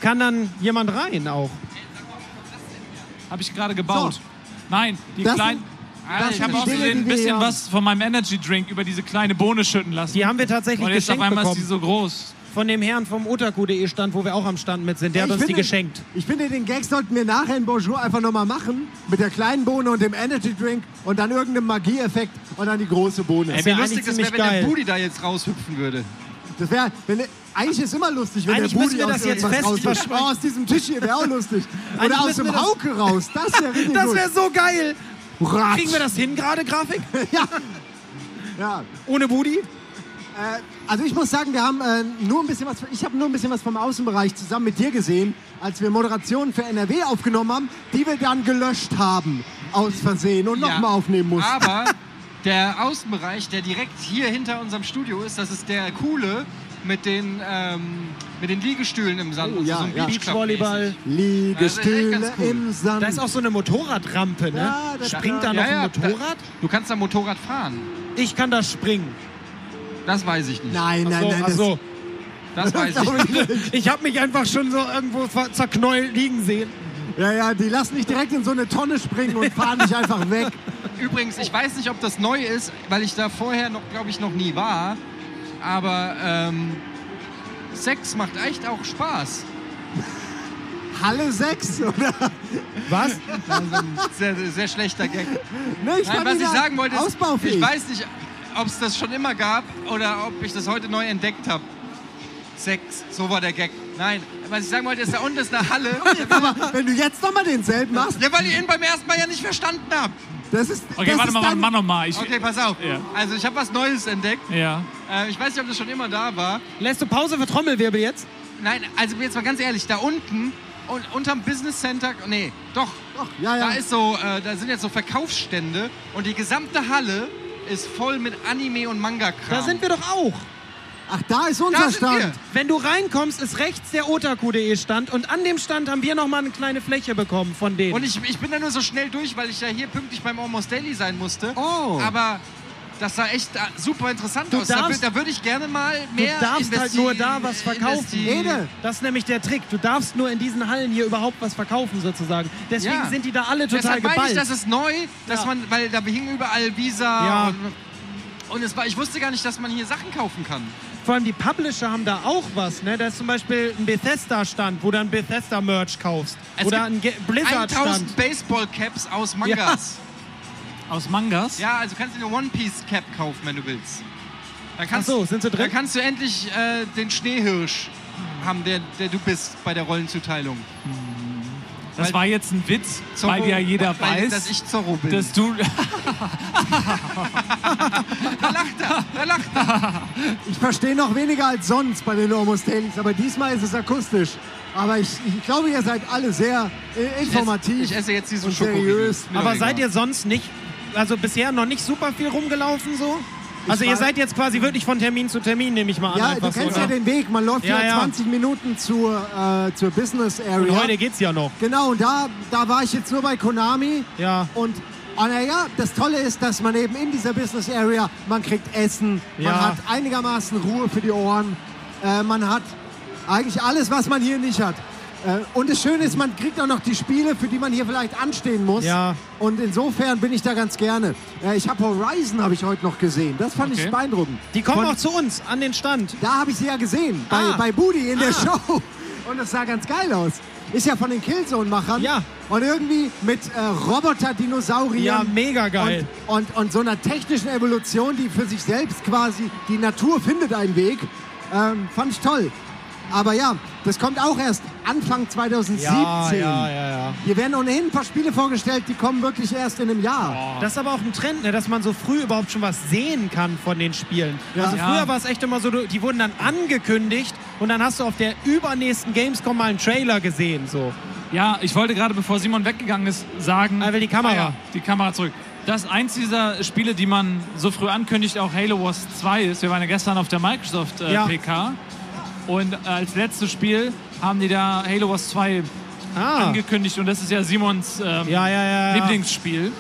Speaker 2: Kann dann jemand rein auch.
Speaker 4: Habe ich gerade gebaut.
Speaker 1: So.
Speaker 4: Nein, die
Speaker 1: Das
Speaker 4: kleinen.
Speaker 1: das
Speaker 4: ich
Speaker 1: sind
Speaker 4: habe
Speaker 1: die
Speaker 4: auch
Speaker 1: Dinge, die
Speaker 4: ein
Speaker 1: wir
Speaker 4: bisschen
Speaker 1: hier-
Speaker 4: was von meinem Energy Drink über diese kleine Bohne schütten lassen.
Speaker 2: Die haben wir tatsächlich
Speaker 4: Und jetzt auf
Speaker 2: geschenkt
Speaker 4: einmal ist die
Speaker 2: bekommen.
Speaker 4: so groß.
Speaker 2: Von dem Herrn vom otaku.de Stand, wo wir auch am Stand mit sind. Der
Speaker 1: Ich
Speaker 2: hat uns die
Speaker 1: finde-
Speaker 2: geschenkt.
Speaker 1: Ich finde, den Gag sollten wir nachher in Bonjour einfach nochmal machen. Mit der kleinen Bohne und dem Energy Drink und dann irgendeinem Magieeffekt und dann die große Bohne.
Speaker 2: Ey,
Speaker 3: Wie
Speaker 2: wär
Speaker 3: lustig
Speaker 2: eigentlich
Speaker 3: das
Speaker 2: ziemlich
Speaker 3: wäre, wenn der
Speaker 2: geil.
Speaker 3: Budi da jetzt raushüpfen würde.
Speaker 1: Das wäre, wenn, eigentlich ist immer lustig, wenn
Speaker 2: Eigentlich
Speaker 1: der
Speaker 2: müssen
Speaker 1: Budi
Speaker 2: wir
Speaker 1: aus
Speaker 2: das jetzt
Speaker 1: irgendwas
Speaker 2: fest
Speaker 1: rausgeht.
Speaker 2: versprechen.
Speaker 1: Oh, aus diesem Tisch hier wäre auch lustig.
Speaker 2: Eigentlich
Speaker 1: Oder aus
Speaker 2: müssen wir
Speaker 1: dem
Speaker 2: das-
Speaker 1: Hauke raus. Das wäre richtig
Speaker 2: Das
Speaker 1: gut.
Speaker 2: wäre so geil.
Speaker 1: Ratsch.
Speaker 2: Kriegen wir das hin gerade, Grafik?
Speaker 1: Ja. ja.
Speaker 2: Ohne Budi?
Speaker 1: Äh, also ich muss sagen, wir haben äh, nur ein bisschen was, ich habe nur ein bisschen was vom Außenbereich zusammen mit dir gesehen, als wir Moderationen für NRW aufgenommen haben, die wir dann gelöscht haben aus Versehen und
Speaker 3: Ja.
Speaker 1: nochmal aufnehmen mussten.
Speaker 3: Aber der Außenbereich, der direkt hier hinter unserem Studio ist, das ist der coole mit den, ähm, mit den Liegestühlen im Sand.
Speaker 1: Oh,
Speaker 3: und
Speaker 1: ja,
Speaker 3: so, so ein
Speaker 1: ja.
Speaker 3: Beachclub-mäßig.
Speaker 2: Beachvolleyball. Also,
Speaker 1: Liegestühle
Speaker 3: Ja, das ist echt ganz cool.
Speaker 1: im Sand.
Speaker 2: Da ist auch so eine Motorradrampe, ne?
Speaker 1: Ja, das-
Speaker 2: Springt
Speaker 1: Ja,
Speaker 2: da noch
Speaker 3: ja,
Speaker 2: ein
Speaker 3: da-
Speaker 2: Motorrad?
Speaker 3: Du kannst da Motorrad fahren.
Speaker 2: Ich kann da springen.
Speaker 3: Das weiß ich nicht.
Speaker 1: nein, nein,
Speaker 2: so,
Speaker 1: nein.
Speaker 2: ach
Speaker 1: Das,
Speaker 2: so.
Speaker 3: Das weiß ich
Speaker 1: Glaub
Speaker 3: nicht.
Speaker 1: ich nicht.
Speaker 2: Ich habe mich einfach schon so irgendwo ver- zerknäuelt liegen sehen.
Speaker 1: ja, ja, die lassen dich direkt in so eine Tonne springen und fahren dich einfach weg.
Speaker 3: Übrigens, ich weiß nicht, ob das neu ist, weil ich da vorher noch, glaube ich, noch nie war. Aber ähm, Sex macht echt auch Spaß.
Speaker 1: Halle 6, oder?
Speaker 2: Was?
Speaker 3: Sehr, sehr schlechter Gag.
Speaker 1: Ne, ich
Speaker 3: Nein,
Speaker 1: fand
Speaker 3: was
Speaker 1: ihn
Speaker 3: ich
Speaker 1: ja
Speaker 3: sagen wollte, ist,
Speaker 1: ausbaufähig.
Speaker 3: ich weiß nicht, ob es das schon immer gab oder ob ich das heute neu entdeckt habe. Sex, so war der Gag. Nein, was ich sagen wollte, ist, da unten ist eine Halle.
Speaker 1: Aber wenn du jetzt nochmal denselben machst,
Speaker 3: ja, weil ihr ihn beim ersten Mal ja nicht verstanden habt.
Speaker 1: das ist.
Speaker 4: Okay,
Speaker 1: das
Speaker 4: warte
Speaker 1: ist
Speaker 4: mal, warte
Speaker 1: dein-
Speaker 4: mal nochmal. Ich,
Speaker 3: Okay, pass auf.
Speaker 4: Ja.
Speaker 3: Also, ich habe was Neues entdeckt.
Speaker 4: Ja.
Speaker 3: Äh, ich weiß nicht, ob das schon immer da war.
Speaker 2: Lässt du Pause für Trommelwirbel jetzt?
Speaker 3: Nein, also jetzt mal ganz ehrlich, da unten und unterm Business Center, nee, doch,
Speaker 1: Doch, ja, ja.
Speaker 3: da ist so, äh, da sind jetzt so Verkaufsstände und die gesamte Halle ist voll mit Anime und Manga-Kram.
Speaker 2: Da sind wir doch auch.
Speaker 1: Ach, da ist unser
Speaker 3: Da sind
Speaker 1: Stand.
Speaker 3: wir.
Speaker 2: Wenn du reinkommst, ist rechts der otaku.de Stand und an dem Stand haben wir nochmal eine kleine Fläche bekommen von denen.
Speaker 3: Und ich, ich bin da nur so schnell durch, weil ich ja hier pünktlich beim Almost Daily sein musste.
Speaker 1: Oh.
Speaker 3: Aber das sah echt äh, super interessant
Speaker 2: Du
Speaker 3: aus. Da, wür-
Speaker 2: darfst-
Speaker 3: da würde ich gerne mal mehr
Speaker 2: darfst halt
Speaker 3: investi-
Speaker 2: nur da was verkaufen.
Speaker 3: investi-
Speaker 1: Ede,
Speaker 2: das ist nämlich der Trick. Du darfst nur in diesen Hallen hier überhaupt was verkaufen, sozusagen. Deswegen
Speaker 3: Ja.
Speaker 2: sind die da alle total
Speaker 3: Deshalb meine ich,
Speaker 2: geballt.
Speaker 3: das ist neu, dass
Speaker 2: Ja.
Speaker 3: man, weil da hing überall Visa
Speaker 2: Ja.
Speaker 3: und, und es war, ich wusste gar nicht, dass man hier Sachen kaufen kann.
Speaker 2: Vor allem die Publisher haben da auch was. Ne? Da ist zum Beispiel ein Bethesda-Stand, wo du ein Bethesda-Merch kaufst.
Speaker 3: Es
Speaker 2: Oder
Speaker 3: gibt
Speaker 2: ein Ge- Blizzard-Stand.
Speaker 3: 1000 Baseball-Caps aus Mangas.
Speaker 4: Aus Mangas?
Speaker 3: Ja. also kannst du eine One-Piece-Cap kaufen, wenn du willst. Dann kannst,
Speaker 2: Ach so, sind sie drin?
Speaker 3: Dann kannst du endlich äh, den Schneehirsch haben, der, der du bist bei der Rollenzuteilung.
Speaker 4: Das
Speaker 3: Weil-
Speaker 4: war jetzt ein Witz, weil ja jeder
Speaker 3: weil,
Speaker 4: weiß,
Speaker 3: dass ich Zorro bin.
Speaker 4: dass du.
Speaker 3: da lacht er, da lacht er.
Speaker 1: ich verstehe noch weniger als sonst bei den Almost Dailies, aber diesmal ist es akustisch. Aber ich, ich glaube, ihr seid alle sehr äh, informativ.
Speaker 3: Ich esse jetzt diesen
Speaker 1: und
Speaker 3: Schokoriegel.
Speaker 1: seriös.
Speaker 3: Ist mir
Speaker 2: Aber
Speaker 3: doch
Speaker 2: seid
Speaker 3: egal.
Speaker 2: ihr sonst nicht, also bisher noch nicht super viel rumgelaufen so? Also
Speaker 1: Ich
Speaker 2: ihr
Speaker 1: weiß-
Speaker 2: seid jetzt quasi wirklich von Termin zu Termin, nehme ich mal an.
Speaker 1: Ja, du
Speaker 2: einfach
Speaker 1: kennst
Speaker 2: so,
Speaker 1: ja
Speaker 2: ne?
Speaker 1: den Weg. Man läuft
Speaker 2: Ja,
Speaker 1: ja,
Speaker 2: ja.
Speaker 1: 20 Minuten zur, äh, zur Business Area.
Speaker 2: Und heute geht's ja noch.
Speaker 1: Genau, und da, da war ich jetzt nur bei Konami.
Speaker 2: Ja.
Speaker 1: Und ah, na ja, das Tolle ist, dass man eben in dieser Business Area, man kriegt Essen, man
Speaker 2: Ja.
Speaker 1: hat einigermaßen Ruhe für die Ohren, äh, man hat eigentlich alles, was man hier nicht hat. Äh, und das Schöne ist, man kriegt auch noch die Spiele, für die man hier vielleicht anstehen muss.
Speaker 2: Ja.
Speaker 1: Und insofern bin ich da ganz gerne. Äh, ich habe Horizon, habe ich heute noch gesehen. Das fand
Speaker 4: Okay.
Speaker 1: ich beeindruckend.
Speaker 2: Die kommen
Speaker 1: Von-
Speaker 2: auch zu uns an den Stand.
Speaker 1: da habe ich sie ja gesehen, bei,
Speaker 2: Ah.
Speaker 1: bei Budi in der
Speaker 2: Ah.
Speaker 1: Show. Und das sah ganz geil aus. Ist ja von den Killzone-Machern.
Speaker 2: Ja.
Speaker 1: Und irgendwie mit äh, Roboter-Dinosauriern.
Speaker 2: Ja, mega geil.
Speaker 1: Und, und, und so einer technischen Evolution, die für sich selbst quasi, die Natur findet einen Weg. Ähm, fand ich toll. Aber ja, das kommt auch erst Anfang 2017.
Speaker 2: Ja, ja, ja, ja.
Speaker 1: Hier werden ohnehin ein paar Spiele vorgestellt, die kommen wirklich erst in einem Jahr.
Speaker 2: Das ist aber auch ein Trend, ne, dass man so früh überhaupt schon was sehen kann von den Spielen.
Speaker 1: Ja.
Speaker 2: Also
Speaker 4: Ja.
Speaker 2: früher war es echt immer so, du- die wurden dann angekündigt und dann hast du auf der übernächsten Gamescom mal einen Trailer gesehen. So.
Speaker 4: Ja, ich wollte gerade, bevor Simon weggegangen ist, sagen.
Speaker 2: Ah, will die Kamera.
Speaker 4: die Kamera zurück. Das ist eins dieser Spiele, die man so früh ankündigt, auch Halo Wars 2 ist. Wir waren ja gestern auf der Microsoft äh,
Speaker 2: Ja.
Speaker 4: PK. Und äh, als letztes Spiel haben die da Halo Wars 2
Speaker 2: Ah.
Speaker 4: angekündigt. Und das ist ja Simons ähm,
Speaker 2: Ja, ja, ja. ja.
Speaker 4: Lieblingsspiel.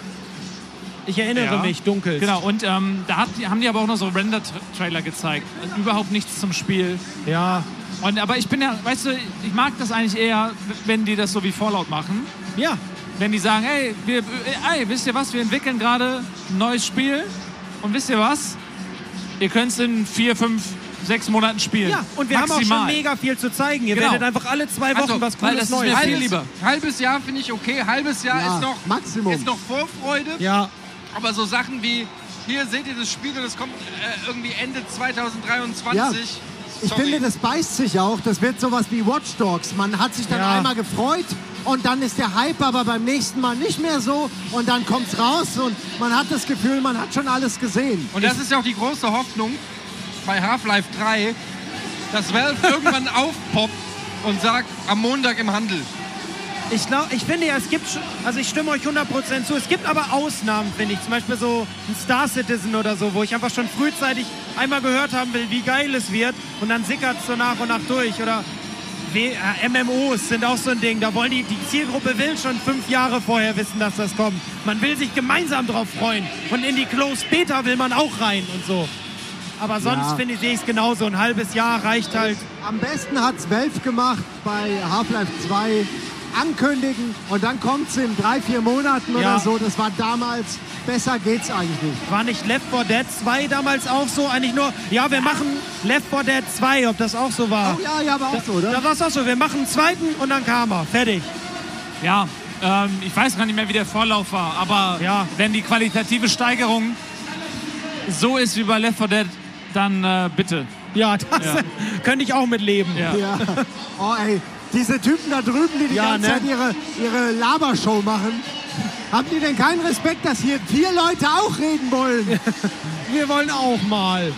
Speaker 2: Ich erinnere
Speaker 4: Ja.
Speaker 2: mich, dunkel.
Speaker 4: Genau, und ähm, da hat, die- haben die aber auch noch so Render-Trailer gezeigt. Also überhaupt nichts zum Spiel.
Speaker 2: Ja.
Speaker 4: Und, aber ich bin ja, weißt du, ich mag das eigentlich eher, wenn die das so wie Fallout machen.
Speaker 2: Ja.
Speaker 4: wenn die sagen, hey, wir, äh, ey, wisst ihr was, wir entwickeln gerade ein neues Spiel und wisst ihr was, ihr könnt es in vier, fünf, sechs Monaten spielen.
Speaker 2: Ja, und wir
Speaker 4: Maximal.
Speaker 2: haben auch schon mega viel zu zeigen. Ihr
Speaker 4: Genau.
Speaker 2: werdet einfach alle zwei Wochen
Speaker 4: Also,
Speaker 2: was
Speaker 4: weil das ist
Speaker 2: Cooles
Speaker 4: mir
Speaker 2: Neues
Speaker 4: viel
Speaker 2: sehen.
Speaker 4: lieber.
Speaker 3: Halbes Jahr finde ich okay. Halbes Jahr
Speaker 1: Ja,
Speaker 3: ist, noch,
Speaker 1: Maximum.
Speaker 3: ist noch Vorfreude.
Speaker 2: Ja,
Speaker 3: Aber so Sachen wie, hier seht ihr das Spiel und es kommt äh, irgendwie Ende 2023.
Speaker 1: Ja. Ich
Speaker 3: Sorry.
Speaker 1: finde, das beißt sich auch. Das wird sowas wie Watch Dogs. Man hat sich dann
Speaker 2: Ja.
Speaker 1: einmal gefreut und dann ist der Hype aber beim nächsten Mal nicht mehr so und dann kommt's raus und man hat das Gefühl, man hat schon alles gesehen.
Speaker 3: Und das ist ja auch die große Hoffnung bei Half-Life 3, dass Valve irgendwann aufpoppt und sagt, am Montag im Handel.
Speaker 2: ich, glaub, ich finde ja, es gibt, schon- also ich stimme euch 100% zu, es gibt aber Ausnahmen, finde ich. Zum Beispiel so ein Star Citizen oder so, wo ich einfach schon frühzeitig einmal gehört haben will, wie geil es wird und dann sickert es so nach und nach durch. Oder W- äh, MMOs sind auch so ein Ding, da wollen die, die Zielgruppe will schon fünf Jahre vorher wissen, dass das kommt. Man will sich gemeinsam drauf freuen und in die Close Beta will man auch rein und so. Aber sonst
Speaker 1: Ja.
Speaker 2: finde ich, sehe ich es genauso. Ein halbes Jahr reicht halt.
Speaker 1: Am besten hat's Valve gemacht bei Half-Life 2. Ankündigen und dann kommt's in drei, vier Monaten
Speaker 2: Ja.
Speaker 1: oder so. Das war damals. Besser geht's eigentlich nicht.
Speaker 2: War nicht Left 4 Dead 2 damals auch so? Eigentlich nur, ja, wir machen Left 4 Dead 2, ob das auch so war.
Speaker 1: Oh ja, ja, aber auch so, oder?
Speaker 2: Da war es auch so, wir machen einen zweiten und dann kam er. Fertig.
Speaker 4: Ja, ähm, ich weiß gar nicht mehr, wie der Vorlauf war, aber
Speaker 2: Ja.
Speaker 4: wenn die qualitative Steigerung so ist wie bei Left 4 Dead, dann äh, bitte.
Speaker 2: Ja, das
Speaker 4: Ja.
Speaker 2: könnte ich auch mitleben.
Speaker 4: Ja.
Speaker 1: Ja. Oh ey, diese Typen da drüben, die die
Speaker 2: Ja,
Speaker 1: ganze
Speaker 2: ne?
Speaker 1: Zeit ihre, ihre Labershow machen. Haben die denn keinen Respekt, dass hier vier Leute auch reden wollen?
Speaker 2: Wir wollen auch mal.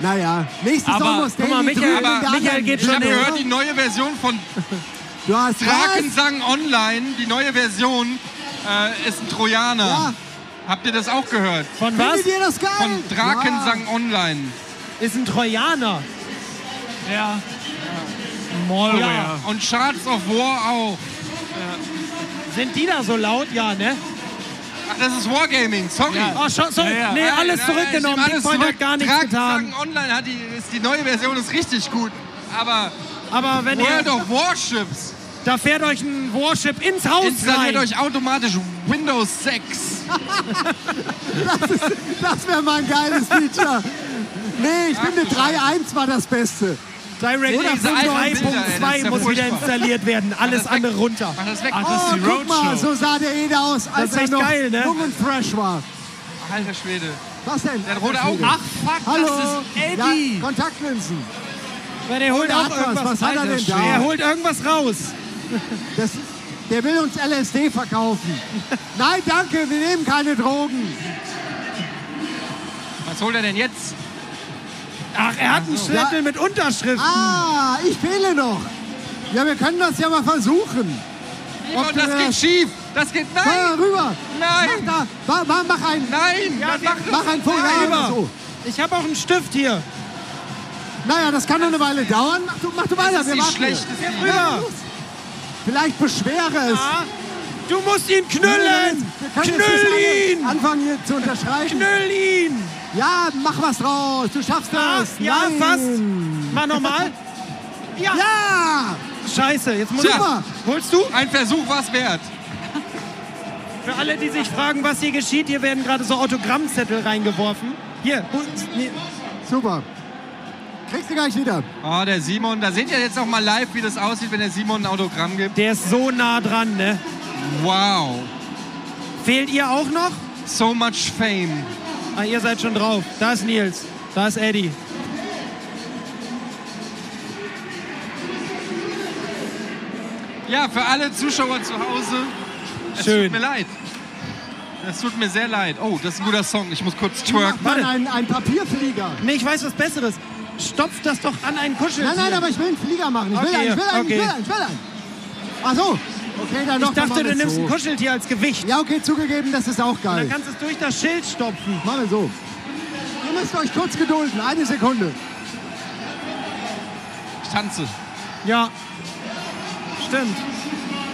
Speaker 1: naja, nächstes
Speaker 4: Aber,
Speaker 1: Sommer stellen
Speaker 2: guck mal,
Speaker 1: die
Speaker 2: Michael,
Speaker 1: drüben in der
Speaker 2: aber Michael
Speaker 1: anderen-
Speaker 2: geht
Speaker 3: Ich
Speaker 2: schon
Speaker 3: habe
Speaker 2: Ja,
Speaker 3: gehört,
Speaker 2: oder?
Speaker 3: die neue Version von
Speaker 1: Du hast was?
Speaker 3: Drakensang Online, die neue Version, äh, ist ein Trojaner.
Speaker 1: Ja.
Speaker 3: Habt ihr das auch gehört?
Speaker 2: Von was?
Speaker 1: Findet ihr das geil?
Speaker 3: Von Drakensang Online.
Speaker 2: Ist ein Trojaner.
Speaker 4: Ja. Malware.
Speaker 2: Ja.
Speaker 3: Und Shards of War auch.
Speaker 2: Sind die da so laut? Ja, ne?
Speaker 3: Ach, das ist Wargaming, sorry.
Speaker 4: Ja.
Speaker 2: Oh, schon, sorry.
Speaker 4: Ja, ja.
Speaker 2: Nee,
Speaker 4: Nein,
Speaker 2: alles
Speaker 3: Nein, nein,
Speaker 2: zurückgenommen.
Speaker 3: ich nehme
Speaker 2: Big Point
Speaker 3: zurück.
Speaker 2: hat gar nichts
Speaker 3: Drakensang
Speaker 2: getan.
Speaker 3: Online hat die, ist die neue Version ist richtig gut. Aber
Speaker 2: Aber wenn ihr,
Speaker 3: World of Warships
Speaker 2: da fährt euch ein Warship ins Haus
Speaker 3: installiert
Speaker 2: rein.
Speaker 3: euch automatisch Windows 6.
Speaker 1: Das wäre mal ein geiles Feature. Nee, ich finde 3.1 war das Beste.
Speaker 2: Direct
Speaker 3: Nee,
Speaker 2: oder
Speaker 3: diese alten Bilder, ey, das ist
Speaker 2: 3.2
Speaker 3: ja
Speaker 2: muss wieder
Speaker 3: furchtbar.
Speaker 2: installiert werden. Alles
Speaker 3: das weg.
Speaker 2: andere runter.
Speaker 3: Mach das weg.
Speaker 4: Ah, das
Speaker 1: Oh,
Speaker 4: ist die
Speaker 1: guck mal,
Speaker 4: Roadshow.
Speaker 1: so sah der Ede aus, als
Speaker 2: ist
Speaker 1: er
Speaker 2: echt
Speaker 1: noch
Speaker 2: geil, ne?
Speaker 1: jung und fresh war.
Speaker 3: Oh, Alter Schwede.
Speaker 1: Was denn?
Speaker 3: Der hat rote Augen.
Speaker 4: Ach, fuck,
Speaker 1: Hallo,
Speaker 4: das ist Eddie.
Speaker 1: Ja, Kontaktlinsen.
Speaker 2: Weil der holt
Speaker 1: der
Speaker 2: auch
Speaker 1: hat was. Was
Speaker 2: irgendwas
Speaker 1: hat er
Speaker 2: Alter,
Speaker 1: denn da?
Speaker 2: Er holt irgendwas raus.
Speaker 1: Das, der will uns LSD verkaufen. Nein, danke, wir nehmen keine Drogen.
Speaker 3: Was holt er denn jetzt?
Speaker 2: Ach, er hat einen Schleppel mit Unterschrift.
Speaker 1: Ah, ich fehle noch. Ja, wir können das ja mal versuchen.
Speaker 3: Oh,
Speaker 1: Ob
Speaker 3: das
Speaker 1: der-
Speaker 3: geht schief. Das geht.
Speaker 1: Fahr
Speaker 3: Nein,
Speaker 1: da rüber.
Speaker 3: Nein.
Speaker 1: Mach, da, mach, mach, mach ein,
Speaker 3: nein.
Speaker 2: Ja,
Speaker 3: was
Speaker 2: wir-
Speaker 3: macht das?
Speaker 1: mach ein Foto.
Speaker 2: Fahr
Speaker 1: Ja,
Speaker 2: rüber.
Speaker 1: so.
Speaker 2: Ich habe auch einen Stift hier.
Speaker 1: Naja, das kann noch eine Weile dauern. Mach du, mach du weiter,
Speaker 3: Das ist
Speaker 1: wir
Speaker 3: die
Speaker 1: warten. hier.
Speaker 3: schlechteste Idee.
Speaker 2: Rüber.
Speaker 1: Vielleicht beschwere es.
Speaker 2: Ah, Du musst ihn knüllen.
Speaker 1: Wir können jetzt
Speaker 2: Knüll
Speaker 1: nicht alle
Speaker 2: ihn.
Speaker 1: anfangen hier zu unterschreiben.
Speaker 2: Knüll ihn.
Speaker 1: Ja, mach was draus. Du schaffst
Speaker 2: Ah,
Speaker 1: das.
Speaker 2: ja,
Speaker 1: Nein.
Speaker 2: fast. Mach nochmal. Ja.
Speaker 1: Ja,
Speaker 2: Scheiße, jetzt muss
Speaker 1: Super.
Speaker 2: ich. Holst du?
Speaker 3: Ein Versuch war's wert.
Speaker 2: Für alle, die sich fragen, was hier geschieht, hier werden gerade so Autogrammzettel reingeworfen. Hier. Hol- nee.
Speaker 1: super. Kriegst du gleich wieder.
Speaker 3: Oh, der Simon. Da seht ihr jetzt auch mal live, wie das aussieht, wenn der Simon ein Autogramm gibt.
Speaker 2: Der ist so nah dran, ne?
Speaker 3: Wow.
Speaker 2: Fehlt ihr auch noch?
Speaker 3: So much fame.
Speaker 2: Ah, ihr seid schon drauf. Da ist Nils. Da ist Eddie.
Speaker 3: Ja, für alle Zuschauer zu Hause. Es
Speaker 2: Schön.
Speaker 3: tut mir leid. Es tut mir sehr leid. Oh, das ist ein guter Song. Ich muss kurz twerk.
Speaker 1: Macht
Speaker 2: Warte.
Speaker 1: man einen, einen Papierflieger.
Speaker 2: Nee, ich weiß was Besseres. Stopft das doch an einen Kuschel.
Speaker 1: Nein, nein, aber ich will einen Flieger machen. Ich will
Speaker 2: Okay,
Speaker 1: einen, ich will einen, ich will
Speaker 2: okay.
Speaker 1: einen, ich will einen. Ach so. Okay, dann
Speaker 2: ich
Speaker 1: noch dann
Speaker 2: dachte, du
Speaker 1: machen wir es
Speaker 2: nimmst ein
Speaker 1: so.
Speaker 2: Kuscheltier als Gewicht.
Speaker 1: Ja, okay, zugegeben, das ist auch
Speaker 2: Dann
Speaker 1: geil.
Speaker 2: kannst du es durch das Schild stopfen.
Speaker 1: Machen wir so. Ihr müsst euch kurz gedulden. Eine Sekunde.
Speaker 3: Ich tanze.
Speaker 2: Ja. Stimmt.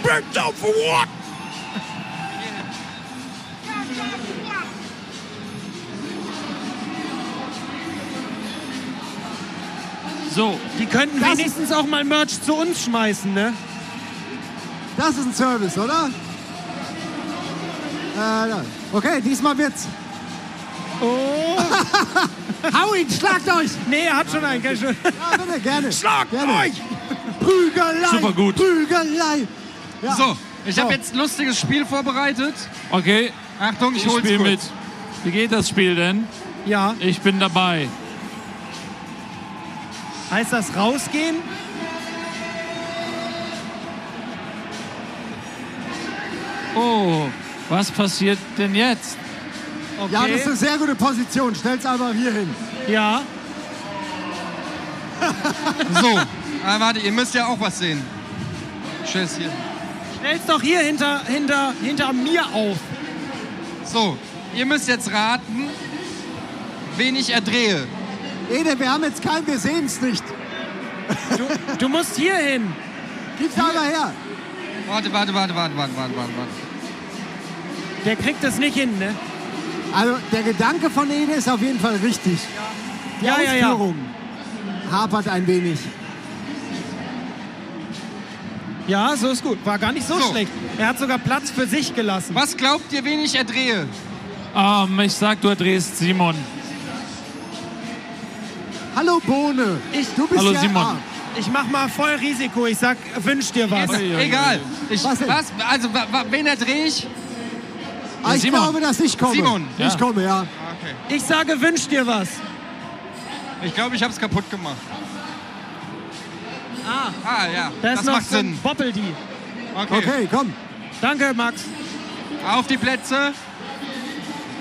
Speaker 2: Burnt out for what?
Speaker 4: So,
Speaker 2: Die könnten
Speaker 1: Das
Speaker 2: wenigstens auch mal Merch zu uns schmeißen, ne?
Speaker 1: Das ist ein Service, oder? Äh, okay, diesmal wird's. Oh. Hau ihn, schlagt euch!
Speaker 2: Nee, er hat schon einen. Kann ich schon.
Speaker 1: Ja, bitte, gerne.
Speaker 2: Schlagt
Speaker 1: gerne.
Speaker 2: euch!
Speaker 1: Prügelei!
Speaker 4: Super gut.
Speaker 1: Prügelei! Ja.
Speaker 3: So, Oh, ich
Speaker 1: So.
Speaker 3: habe jetzt ein lustiges Spiel vorbereitet.
Speaker 4: Okay,
Speaker 3: Achtung, ich,
Speaker 4: ich
Speaker 3: hol's
Speaker 4: spiele mit.
Speaker 3: kurz.
Speaker 4: Wie geht das Spiel denn?
Speaker 2: Ja,
Speaker 4: Ich bin dabei.
Speaker 2: heißt das rausgehen?
Speaker 4: Oh, was passiert denn jetzt?
Speaker 2: Okay.
Speaker 1: Ja, das ist eine sehr gute Position. Stell's einfach hier hin.
Speaker 2: Ja.
Speaker 3: So, ah, warte, ihr müsst ja auch was sehen. Tschüss hier.
Speaker 2: Stell's doch hier hinter, hinter, hinter mir auf.
Speaker 3: So, ihr müsst jetzt raten, wen ich erdrehe.
Speaker 1: Ede, wir haben jetzt keinen, wir sehen's nicht.
Speaker 2: Du, du musst hier hin.
Speaker 1: Gib's da mal her.
Speaker 3: Warte, warte, warte, warte, warte, warte, warte. warte.
Speaker 2: Der kriegt das nicht hin, ne?
Speaker 1: Also, der Gedanke von Ede ist auf jeden Fall richtig. Die
Speaker 2: Ja, ja, ja.
Speaker 1: Ausführung hapert ein wenig.
Speaker 2: Ja, so ist gut. War gar nicht so,
Speaker 3: So.
Speaker 2: schlecht. Er hat sogar Platz für sich gelassen.
Speaker 3: Was glaubt ihr, wen ich erdrehe?
Speaker 4: Ähm, ich sag, du drehst Simon.
Speaker 1: Hallo, Bohne.
Speaker 2: Ich-
Speaker 1: du bist
Speaker 4: Hallo,
Speaker 1: ja
Speaker 4: Simon.
Speaker 1: Ah,
Speaker 2: Ich mach mal voll Risiko. Ich sag, wünsch dir was.
Speaker 3: Ist
Speaker 4: Ui, ui,
Speaker 3: Egal. Ich,
Speaker 1: Was
Speaker 3: was,
Speaker 1: denn?
Speaker 3: also, wa, wa, wen erdrehe ich?
Speaker 1: Ah, ich
Speaker 4: Simon.
Speaker 1: glaube, dass ich komme.
Speaker 3: Simon,
Speaker 1: Ich
Speaker 4: ja.
Speaker 1: komme, ja.
Speaker 3: Okay.
Speaker 2: Ich sage, wünsch dir was.
Speaker 3: Ich glaube, ich habe es kaputt gemacht.
Speaker 2: Ah,
Speaker 3: Ah, ja.
Speaker 2: da ist
Speaker 3: das
Speaker 2: noch
Speaker 3: macht
Speaker 2: so ein
Speaker 3: Sinn.
Speaker 2: Boppel die.
Speaker 3: Okay.
Speaker 1: Okay, komm.
Speaker 2: Danke, Max.
Speaker 3: Auf die Plätze.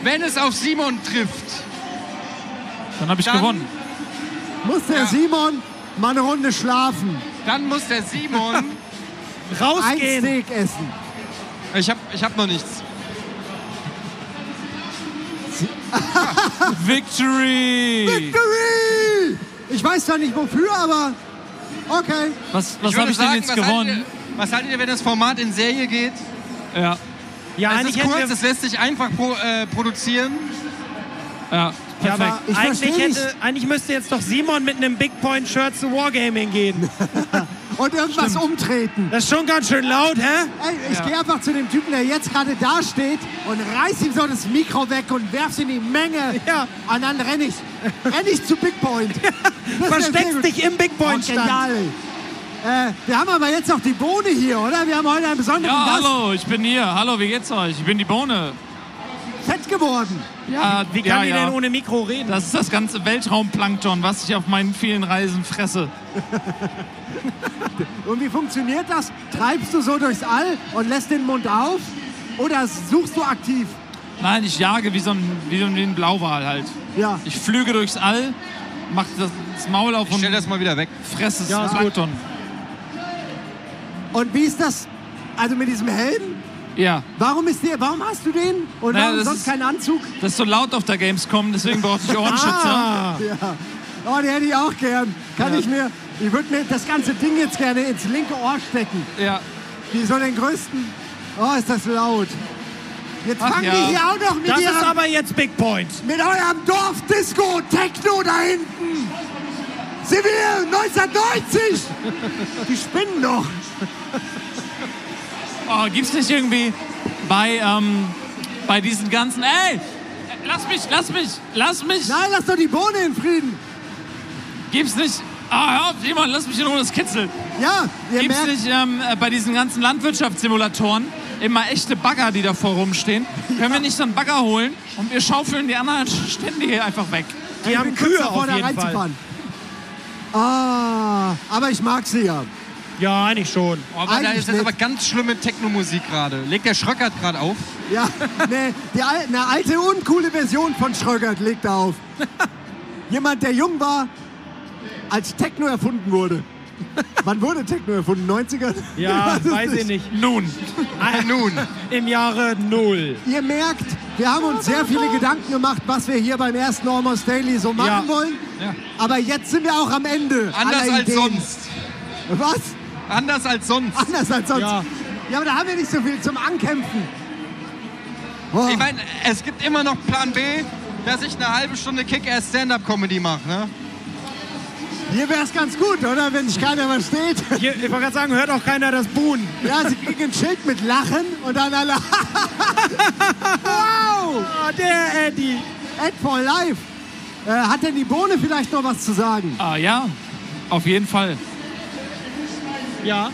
Speaker 3: Wenn es auf Simon trifft,
Speaker 4: Dann habe ich
Speaker 3: Dann-
Speaker 4: gewonnen.
Speaker 1: Muss der
Speaker 3: Ja.
Speaker 1: Simon mal eine Runde schlafen,
Speaker 3: dann muss der Simon.
Speaker 1: ein
Speaker 2: Rausgehen.
Speaker 1: Steak essen.
Speaker 3: ich habe ich hab noch nichts.
Speaker 4: Victory!
Speaker 1: Victory! Ich weiß zwar nicht wofür, aber okay.
Speaker 4: Was,
Speaker 3: Ich
Speaker 4: was
Speaker 3: würde
Speaker 4: habe ich denn
Speaker 3: sagen,
Speaker 4: jetzt
Speaker 3: was
Speaker 4: gewonnen?
Speaker 3: Haltet ihr, was haltet ihr, wenn das Format in Serie geht?
Speaker 4: Ja,
Speaker 2: Ja,
Speaker 3: es ist
Speaker 2: eigentlich
Speaker 3: kurz,
Speaker 2: hätten wir,
Speaker 3: es lässt sich einfach pro, äh, produzieren.
Speaker 4: ja,
Speaker 2: ja,
Speaker 4: perfekt.
Speaker 2: aber
Speaker 1: Ich
Speaker 2: eigentlich,
Speaker 1: versteh
Speaker 2: hätte, eigentlich müsste jetzt doch Simon mit einem Big Point Shirt zu Wargaming gehen.
Speaker 1: Und irgendwas umtreten.
Speaker 2: Das ist schon ganz schön laut, hä?
Speaker 1: Ey, ich gehe einfach zu dem Typen, der jetzt gerade da steht und reiß ihm so das Mikro weg und werf's in die Menge.
Speaker 2: Ja.
Speaker 1: Und dann Ah, renn ich. Renn ich zu Big Point. Das wär sehr
Speaker 2: Versteckst
Speaker 1: gut.
Speaker 2: dich im Big
Speaker 1: Oh,
Speaker 2: Point Stand.
Speaker 1: genial. Äh, wir haben aber jetzt noch die Bohne hier, oder? Wir haben heute einen besonderen
Speaker 4: ja,
Speaker 1: Gast.
Speaker 4: hallo, ich bin hier. Hallo, wie geht's euch? Ich bin die Bohne.
Speaker 1: Fett geworden.
Speaker 4: Ja,
Speaker 2: Wie
Speaker 4: ja,
Speaker 2: kann die
Speaker 4: ja.
Speaker 2: denn ohne Mikro reden?
Speaker 4: Das ist das ganze Weltraumplankton, was ich auf meinen vielen Reisen fresse.
Speaker 1: Und wie funktioniert das? Treibst du so durchs All und lässt den Mund auf? Oder suchst du aktiv?
Speaker 4: Nein, ich jage wie so ein, wie so ein, wie ein Blauwal halt.
Speaker 1: Ja.
Speaker 4: Ich flüge durchs All, mach das, das Maul auf
Speaker 3: Ich
Speaker 4: und
Speaker 3: stell das mal wieder weg.
Speaker 4: fresse das
Speaker 2: Ja, ist gut.
Speaker 4: Plankton.
Speaker 1: Und wie ist das? Also mit diesem Helm?
Speaker 4: Ja,
Speaker 1: Warum ist der? Warum hast du den? Und
Speaker 4: Naja,
Speaker 1: warum
Speaker 4: das
Speaker 1: sonst
Speaker 4: ist-
Speaker 1: keinen Anzug?
Speaker 4: das ist so laut auf der Gamescom, deswegen brauchte ich Ohrenschützer.
Speaker 2: Ah,
Speaker 1: Ja. Oh, den hätte ich auch gern. Kann ich mir? Ich würde mir das ganze Ding jetzt gerne ins linke Ohr stecken.
Speaker 4: ja.
Speaker 1: Wie so den größten. Oh, ist das laut. Jetzt
Speaker 4: Ach
Speaker 1: fangen
Speaker 4: ja.
Speaker 1: die hier auch noch mit
Speaker 2: das ist
Speaker 1: ihrem,
Speaker 2: aber jetzt Big Point.
Speaker 1: mit eurem Dorfdisco Techno da hinten. Sind wir 1990? die spinnen doch.
Speaker 4: Oh, gibt's nicht irgendwie bei, ähm, bei diesen ganzen. Ey! Lass mich, lass mich, lass mich!
Speaker 1: Nein, lass doch die Bohne in Frieden.
Speaker 4: Gibt's nicht. Ah, hör auf, Simon, lass mich in Ruhe, das kitzelt.
Speaker 1: Ja, ihr
Speaker 4: Gibt's
Speaker 1: merkt.
Speaker 4: nicht ähm, äh, bei diesen ganzen Landwirtschaftssimulatoren immer echte Bagger, die davor rumstehen? Können wir nicht so einen Bagger holen und wir schaufeln die anderen Stände hier einfach weg?
Speaker 2: Die
Speaker 1: Ich
Speaker 2: haben
Speaker 1: bin kurz
Speaker 2: Kühe
Speaker 1: davor,
Speaker 2: auf
Speaker 1: da
Speaker 2: jeden Fall.
Speaker 1: reinzufahren. Ah, aber ich mag sie ja.
Speaker 2: Ja, eigentlich schon.
Speaker 3: Oh, aber da
Speaker 1: Eigentlich
Speaker 3: ist jetzt
Speaker 1: nicht.
Speaker 3: aber ganz schlimme Techno-Musik gerade. Legt der Schröckert gerade auf?
Speaker 1: Ja, ne, die al eine alte, uncoole Version von Schröckert liegt da auf. Jemand, der jung war, als Techno erfunden wurde. Wann wurde Techno erfunden? 90er?
Speaker 2: Ja,
Speaker 1: das
Speaker 2: weiß
Speaker 1: ist-
Speaker 2: ich nicht. Ah,
Speaker 4: Nun,
Speaker 3: Nun,
Speaker 2: Im Jahre Null.
Speaker 1: Ihr merkt, wir haben uns sehr viele Gedanken gemacht, was wir hier beim ersten Almost Daily so machen
Speaker 2: Ja.
Speaker 1: wollen. Aber jetzt sind wir auch am Ende.
Speaker 3: anders
Speaker 1: aller
Speaker 3: als
Speaker 1: Ideen.
Speaker 3: sonst.
Speaker 1: Was?
Speaker 3: Anders als sonst.
Speaker 1: Anders als sonst. Ja.
Speaker 2: Ja.
Speaker 1: aber da haben wir nicht so viel zum Ankämpfen. Oh, Boah.
Speaker 3: Ich meine, es gibt immer noch Plan B, dass ich eine halbe Stunde Kick-Ass-Stand-Up-Comedy mache. Ne?
Speaker 1: Hier wäre es ganz gut, oder? Wenn sich keiner versteht.
Speaker 2: Hier, ich wollte gerade sagen, hört auch keiner das Buhn.
Speaker 1: Ja, sie kriegen ein Schild mit Lachen und dann alle. wow!
Speaker 2: Ah, der Eddie.
Speaker 1: Ed for Life. Äh, hat denn die Bohne vielleicht noch was zu sagen?
Speaker 4: Ah ja, auf jeden Fall.
Speaker 2: Ja,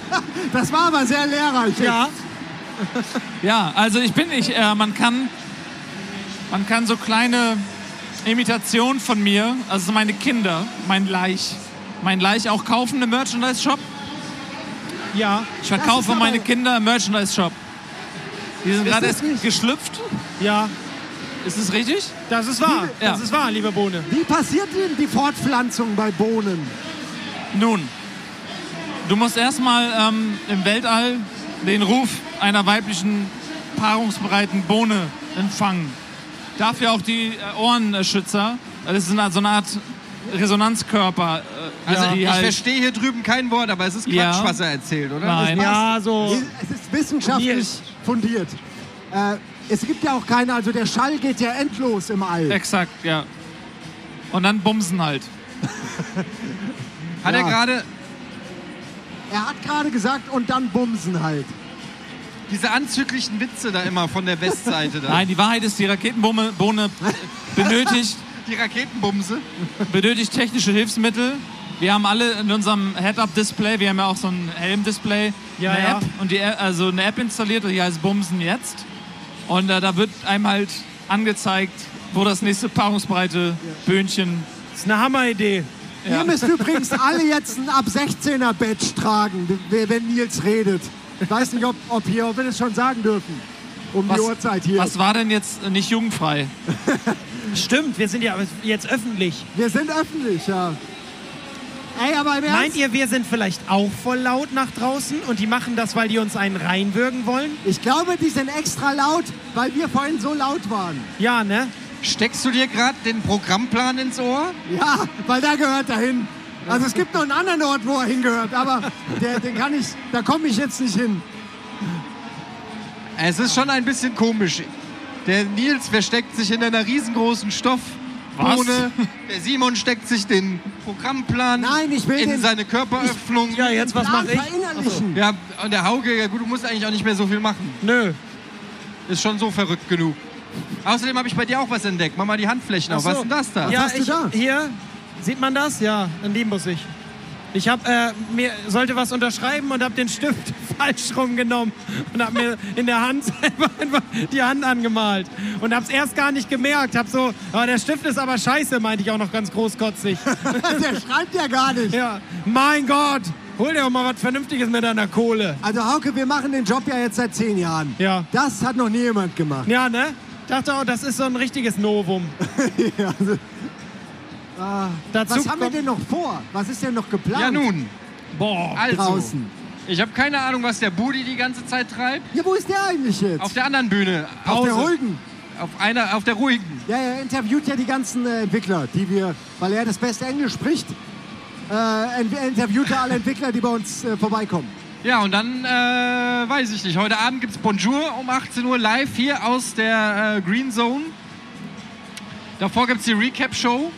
Speaker 1: Das war aber sehr lehrreich.
Speaker 2: ja.
Speaker 4: Ja, also ich bin ich. Äh, man kann, man kann so kleine Imitationen von mir, also meine Kinder, mein Laich, mein Laich auch kaufen im Merchandise Shop.
Speaker 2: Ja,
Speaker 4: Ich
Speaker 1: Das ist
Speaker 4: verkaufe
Speaker 1: aber-
Speaker 4: meine Kinder im Merchandise Shop. Die sind gerade
Speaker 1: das
Speaker 4: erst
Speaker 1: nicht-
Speaker 4: geschlüpft.
Speaker 2: ja,
Speaker 4: Ist es richtig?
Speaker 2: das ist wahr.
Speaker 4: Ja.
Speaker 2: Das ist wahr, lieber Bohne.
Speaker 1: Wie passiert denn die Fortpflanzung bei Bohnen?
Speaker 4: Nun, du musst erstmal ähm, im Weltall den Ruf einer weiblichen paarungsbereiten Bohne empfangen. Dafür auch die äh, Ohrenschützer. Das ist eine, so eine Art Resonanzkörper. Äh,
Speaker 3: Also
Speaker 4: die
Speaker 3: ich
Speaker 4: halt-
Speaker 3: verstehe hier drüben kein Wort, aber es ist Quatsch,
Speaker 4: Ja.
Speaker 3: was er erzählt, oder?
Speaker 4: Nein.
Speaker 2: Ja,
Speaker 4: Oh.
Speaker 2: so.
Speaker 1: Es ist wissenschaftlich
Speaker 2: Nils.
Speaker 1: fundiert. Äh, es gibt ja auch keine, also der Schall geht ja endlos im All.
Speaker 4: Exakt, ja. Und dann bumsen halt.
Speaker 3: Hat er
Speaker 1: Ja.
Speaker 3: gerade
Speaker 1: Er hat gerade gesagt, und dann bumsen halt.
Speaker 3: diese anzüglichen Witze da immer von der Westseite da?
Speaker 4: Nein, die Wahrheit ist, die Raketenbohne Bohne benötigt
Speaker 3: Die Raketenbumse.
Speaker 4: benötigt technische Hilfsmittel. Wir haben alle in unserem Head-Up-Display, wir haben ja auch so ein Helm-Display,
Speaker 2: Ja,
Speaker 4: eine
Speaker 2: ja.
Speaker 4: App und die App, also eine App installiert, die heißt Bumsen jetzt. Und äh, da wird einem halt angezeigt, wo das nächste paarungsbreite Böhnchen.
Speaker 2: Das ist eine Hammeridee.
Speaker 1: Ihr müsst übrigens alle jetzt ein ab 16er Badge tragen, w- wenn Nils redet. Ich weiß nicht, ob, ob hier, ob wir das schon sagen dürfen. Um die Uhrzeit hier.
Speaker 4: was war denn jetzt nicht jugendfrei?
Speaker 2: Stimmt, wir sind ja jetzt öffentlich.
Speaker 1: Wir sind öffentlich, ja. Ey, aber im Ernst,
Speaker 2: Meint ihr, wir sind vielleicht auch voll laut nach draußen und die machen das, weil die uns einen reinwürgen wollen?
Speaker 1: ich glaube, die sind extra laut, weil wir vorhin so laut waren.
Speaker 2: Ja, ne?
Speaker 3: Steckst du dir gerade den Programmplan ins Ohr?
Speaker 1: Ja, weil da gehört er hin. Also es gibt noch einen anderen Ort, wo er hingehört, aber der, den kann ich, da komme ich jetzt nicht hin.
Speaker 3: Es ist schon ein bisschen komisch. Der Nils versteckt sich in einer riesengroßen Stoffbohne. Der Simon steckt sich den Programmplan
Speaker 1: Nein, ich will
Speaker 3: in
Speaker 1: den-
Speaker 3: seine Körperöffnung. ja.
Speaker 2: jetzt,
Speaker 1: Plan verinnerlichen.
Speaker 3: und der Hauke, ja gut, du musst eigentlich auch nicht mehr so viel machen.
Speaker 2: Nö.
Speaker 3: Ist schon so verrückt genug. Außerdem habe ich bei dir auch was entdeckt. Mach mal die Handflächen auf.
Speaker 2: Ach so.
Speaker 3: Was ist denn das da?
Speaker 2: ja,
Speaker 1: hast du
Speaker 2: ich,
Speaker 1: da?
Speaker 2: Hier, sieht man das? Ja, dann lieben muss ich. Ich hab, äh, mir sollte was unterschreiben und habe den Stift falsch rumgenommen und habe mir in der Hand selber einfach die Hand angemalt und habe es erst gar nicht gemerkt. Habe so, oh, der Stift ist aber scheiße, meinte ich auch noch ganz großkotzig.
Speaker 1: Der schreibt ja gar nicht.
Speaker 2: ja, mein Gott, hol dir doch mal was Vernünftiges mit deiner Kohle.
Speaker 1: Also Hauke, wir machen den Job ja jetzt seit zehn Jahren.
Speaker 2: Ja.
Speaker 1: Das hat noch nie jemand gemacht.
Speaker 2: Ja, ne? Dachte auch, das ist so ein richtiges Novum. Ah,
Speaker 1: Ja, also,
Speaker 2: Dazu
Speaker 1: was haben wir
Speaker 2: kommt-
Speaker 1: denn noch vor? Was ist denn noch geplant
Speaker 3: Ja, nun.
Speaker 4: Boah.
Speaker 3: Also,
Speaker 1: draußen?
Speaker 3: ich habe keine Ahnung, was der Budi die ganze Zeit treibt.
Speaker 1: Ja, wo ist der eigentlich jetzt?
Speaker 3: Auf der anderen Bühne.
Speaker 1: Auf der
Speaker 3: Pause.
Speaker 1: Holden.
Speaker 3: Auf einer, auf der ruhigen.
Speaker 1: Ja, er interviewt ja die ganzen äh, Entwickler, die wir, weil er das beste Englisch spricht, äh, ent- interviewt er alle Entwickler, die bei uns äh, vorbeikommen.
Speaker 3: Ja, und dann äh, weiß ich nicht. Heute Abend gibt's Bonjour um 18 Uhr live hier aus der äh, Green Zone. Davor gibt's die Recap-Show.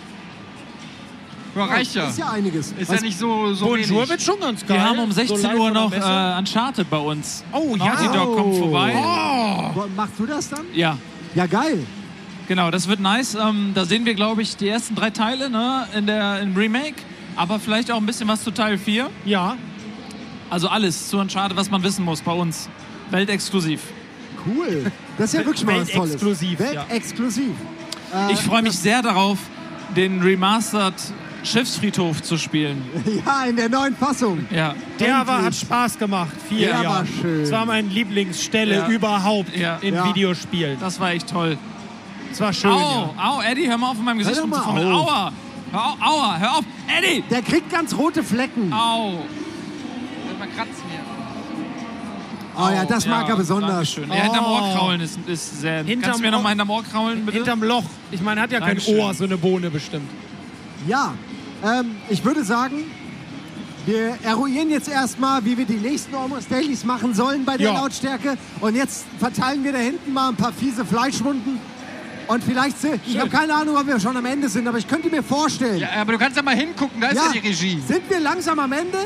Speaker 3: Ja, reicht ja.
Speaker 1: Ist ja einiges.
Speaker 3: Ist
Speaker 1: Was-
Speaker 3: ja nicht so, so
Speaker 2: Bonjour wird
Speaker 3: wenig.
Speaker 2: schon ganz geil.
Speaker 4: Wir haben um
Speaker 2: So
Speaker 4: 16
Speaker 2: live
Speaker 4: Uhr
Speaker 2: oder
Speaker 4: noch äh,
Speaker 2: besser.
Speaker 4: Uncharted bei uns.
Speaker 2: Oh,
Speaker 4: Naughty
Speaker 2: ja. Oh.
Speaker 4: Dog kommt vorbei.
Speaker 1: Wo- Machst du das dann?
Speaker 4: Ja,
Speaker 1: Ja, geil.
Speaker 4: Genau, das wird nice. Ähm, da sehen wir, glaube ich, die ersten drei Teile ne, in der, im Remake. Aber vielleicht auch ein bisschen was zu Teil 4.
Speaker 2: Ja,
Speaker 4: Also alles zu Uncharted, was man wissen muss bei uns. Weltexklusiv.
Speaker 1: Cool. Das ist ja wirklich mal was Tolles.
Speaker 2: Weltexklusiv, ja.
Speaker 1: Weltexklusiv.
Speaker 4: ich freue mich sehr darauf, den Remastered Schiffsfriedhof zu spielen.
Speaker 1: Ja, in der neuen Fassung.
Speaker 4: Ja.
Speaker 2: der
Speaker 1: Endlich.
Speaker 2: war, hat Spaß gemacht. Vier,
Speaker 1: Der
Speaker 2: ja.
Speaker 1: war schön.
Speaker 2: Das war meine Lieblingsstelle
Speaker 4: Ja.
Speaker 2: überhaupt
Speaker 4: Ja.
Speaker 2: in
Speaker 1: Ja.
Speaker 2: Videospielen.
Speaker 4: Das war echt toll.
Speaker 2: Das war schön.
Speaker 4: Au, au, Eddie, hör mal auf, in meinem Gesicht
Speaker 1: doch mal
Speaker 4: rumzufummeln.
Speaker 1: auf.
Speaker 4: Aua. Hör au, aua, hör auf. Eddie!
Speaker 1: Der kriegt ganz rote
Speaker 3: Ah,
Speaker 1: Flecken.
Speaker 4: Au.
Speaker 3: Warte mal, kratzen hier.
Speaker 1: Oh ja, das mag er besonders.
Speaker 4: Dankeschön. Ja, hinterm
Speaker 2: Oh.
Speaker 4: Ohr kraulen ist, ist sehr...
Speaker 2: Hinterm
Speaker 4: Kannst du mir noch
Speaker 2: Ohr-
Speaker 4: mal hinterm Ohr kraulen,
Speaker 2: ja.
Speaker 4: bitte?
Speaker 2: Hinterm Loch. Ich meine, hat ja kein
Speaker 4: Dankeschön.
Speaker 2: Ohr, so eine Bohne bestimmt.
Speaker 1: Ja, ähm, ich würde sagen, wir eruieren jetzt erstmal, wie wir die nächsten Almost Dailies machen sollen bei der
Speaker 2: Ja.
Speaker 1: Lautstärke. Und jetzt verteilen wir da hinten mal ein paar fiese Fleischwunden. Und vielleicht, se- ich habe keine Ahnung, ob wir schon am Ende sind, aber ich könnte mir vorstellen.
Speaker 3: Ja, aber du kannst ja mal hingucken, da ist ja,
Speaker 1: Ja,
Speaker 3: die Regie.
Speaker 1: Sind wir langsam am Ende?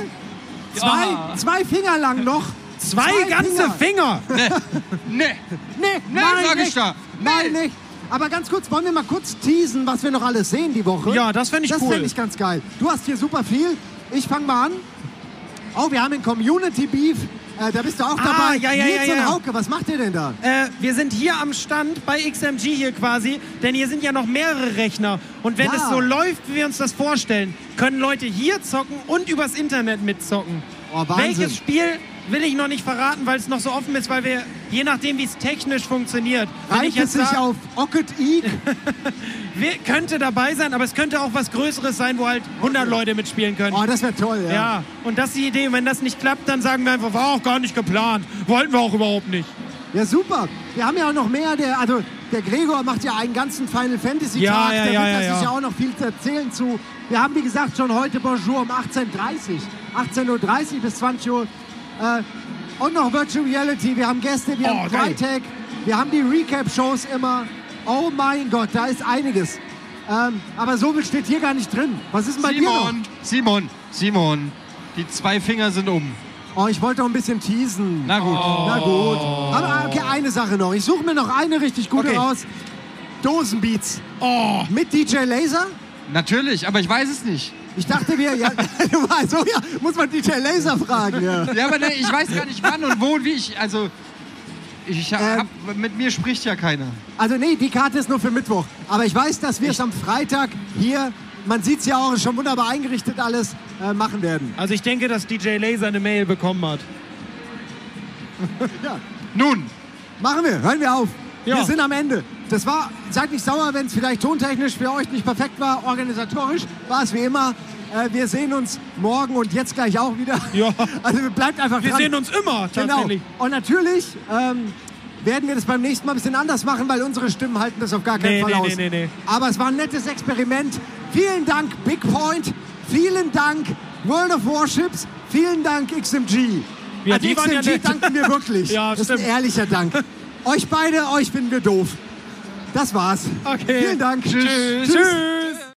Speaker 1: Zwei,
Speaker 4: Ja.
Speaker 1: zwei Finger lang noch.
Speaker 2: Zwei, ganze Finger.
Speaker 3: Ne,
Speaker 1: Nee,
Speaker 3: Nee,
Speaker 1: nein,
Speaker 3: sag ich
Speaker 1: nicht.
Speaker 3: da.
Speaker 1: Nein,
Speaker 3: Nee.
Speaker 1: nicht. Aber ganz kurz, wollen wir mal kurz teasen, was wir noch alles sehen die Woche?
Speaker 2: Ja, das fänd ich
Speaker 1: das
Speaker 2: cool.
Speaker 1: fänd ich ganz geil. Du hast hier super viel. Ich fange mal an. Oh, wir haben den Community Beef. Äh, da bist du auch
Speaker 2: Ah,
Speaker 1: dabei.
Speaker 2: ja, ja,
Speaker 1: Nils
Speaker 2: ja,
Speaker 1: und
Speaker 2: ja.
Speaker 1: Hauke, was macht ihr denn da?
Speaker 2: Äh, wir sind hier am Stand bei XMG hier quasi, denn hier sind ja noch mehrere Rechner. Und wenn
Speaker 1: Ja.
Speaker 2: es so läuft, wie wir uns das vorstellen, können Leute hier zocken und übers Internet mitzocken.
Speaker 1: Oh, Wahnsinn.
Speaker 2: Welches Spiel will ich noch nicht verraten, weil es noch so offen ist, weil wir, je nachdem wie es technisch funktioniert, wenn ich
Speaker 1: Reimt es
Speaker 2: jetzt
Speaker 1: sich
Speaker 2: sag,
Speaker 1: auf Ocket Eek?
Speaker 2: wer- könnte dabei sein, aber es könnte auch was Größeres sein, wo halt 100 Leute mitspielen können.
Speaker 1: Oh, das wäre toll, ja.
Speaker 2: ja, und das ist die Idee. Und wenn das nicht klappt, dann sagen wir einfach, war auch gar nicht geplant. Wollten wir auch überhaupt nicht.
Speaker 1: Ja, super. Wir haben ja auch noch mehr. Der, also, der Gregor macht ja einen ganzen Final Fantasy
Speaker 2: Ja,
Speaker 1: Tag.
Speaker 2: ja,
Speaker 1: da
Speaker 2: ja,
Speaker 1: wird das
Speaker 2: ja,
Speaker 1: ist
Speaker 2: ja.
Speaker 1: ja auch noch viel zu erzählen zu. Wir haben, wie gesagt, schon heute Bonjour um 18.30 Uhr. 18.30 Uhr bis 20 Uhr. Äh, und noch Virtual Reality. Wir haben Gäste, wir
Speaker 2: Oh,
Speaker 1: haben
Speaker 2: geil.
Speaker 1: Freitag. Wir haben die Recap-Shows immer. Oh mein Gott, da ist einiges. Ähm, aber so viel steht hier gar nicht drin. Was ist denn bei
Speaker 3: Simon, Simon, Simon. Die zwei Finger sind um.
Speaker 1: dir noch? Oh, ich wollte doch ein bisschen teasen.
Speaker 3: Na gut.
Speaker 1: Na gut. Aber ah, okay, eine Sache noch. Ich suche mir noch eine richtig gute
Speaker 2: Okay.
Speaker 1: raus. Dosenbeats. Mit DJ Laser?
Speaker 3: Natürlich, aber ich weiß es nicht.
Speaker 1: Ich dachte, wir. Ja, du weißt, oh ja, muss man DJ Laser fragen. Ja.
Speaker 3: Ja, aber ne, ich weiß gar nicht wann und wo und wie ich. Also, ich hab,
Speaker 1: Ähm.
Speaker 3: mit mir spricht ja keiner.
Speaker 1: Also, nee, die Karte ist nur für Mittwoch. Aber ich weiß, dass wir es am Freitag hier, man sieht es ja auch, ist schon wunderbar eingerichtet alles, äh, machen werden.
Speaker 2: Also ich denke, dass DJ Laser eine Mail bekommen hat.
Speaker 3: Nun,
Speaker 1: Machen wir, hören wir auf.
Speaker 2: Ja.
Speaker 1: Wir sind am Ende. Das war, seid nicht sauer, wenn es vielleicht tontechnisch für euch nicht perfekt war. Organisatorisch war es wie immer. Äh, wir sehen uns morgen und jetzt gleich auch wieder.
Speaker 2: Ja.
Speaker 1: Also bleibt einfach
Speaker 2: Wir
Speaker 1: dran.
Speaker 2: sehen uns immer
Speaker 1: Genau.
Speaker 2: tatsächlich.
Speaker 1: Und natürlich ähm, werden wir das beim nächsten Mal ein bisschen anders machen, weil unsere Stimmen halten das auf gar keinen
Speaker 2: Nee,
Speaker 1: Fall
Speaker 2: nee,
Speaker 1: aus.
Speaker 2: nee, nee, nee.
Speaker 1: Aber es war ein nettes Experiment. Vielen Dank, Big Point. Vielen Dank, World of Warships. Vielen Dank, XMG.
Speaker 2: Ja,
Speaker 1: An
Speaker 2: die waren ja
Speaker 1: XMG
Speaker 2: nett.
Speaker 1: danken wir wirklich.
Speaker 2: Ja,
Speaker 1: das ist ein
Speaker 2: stimmt.
Speaker 1: ehrlicher Dank. euch beide, euch finden wir doof. Das war's.
Speaker 2: Okay.
Speaker 1: Vielen Dank.
Speaker 3: tschüss.
Speaker 2: Tschüss.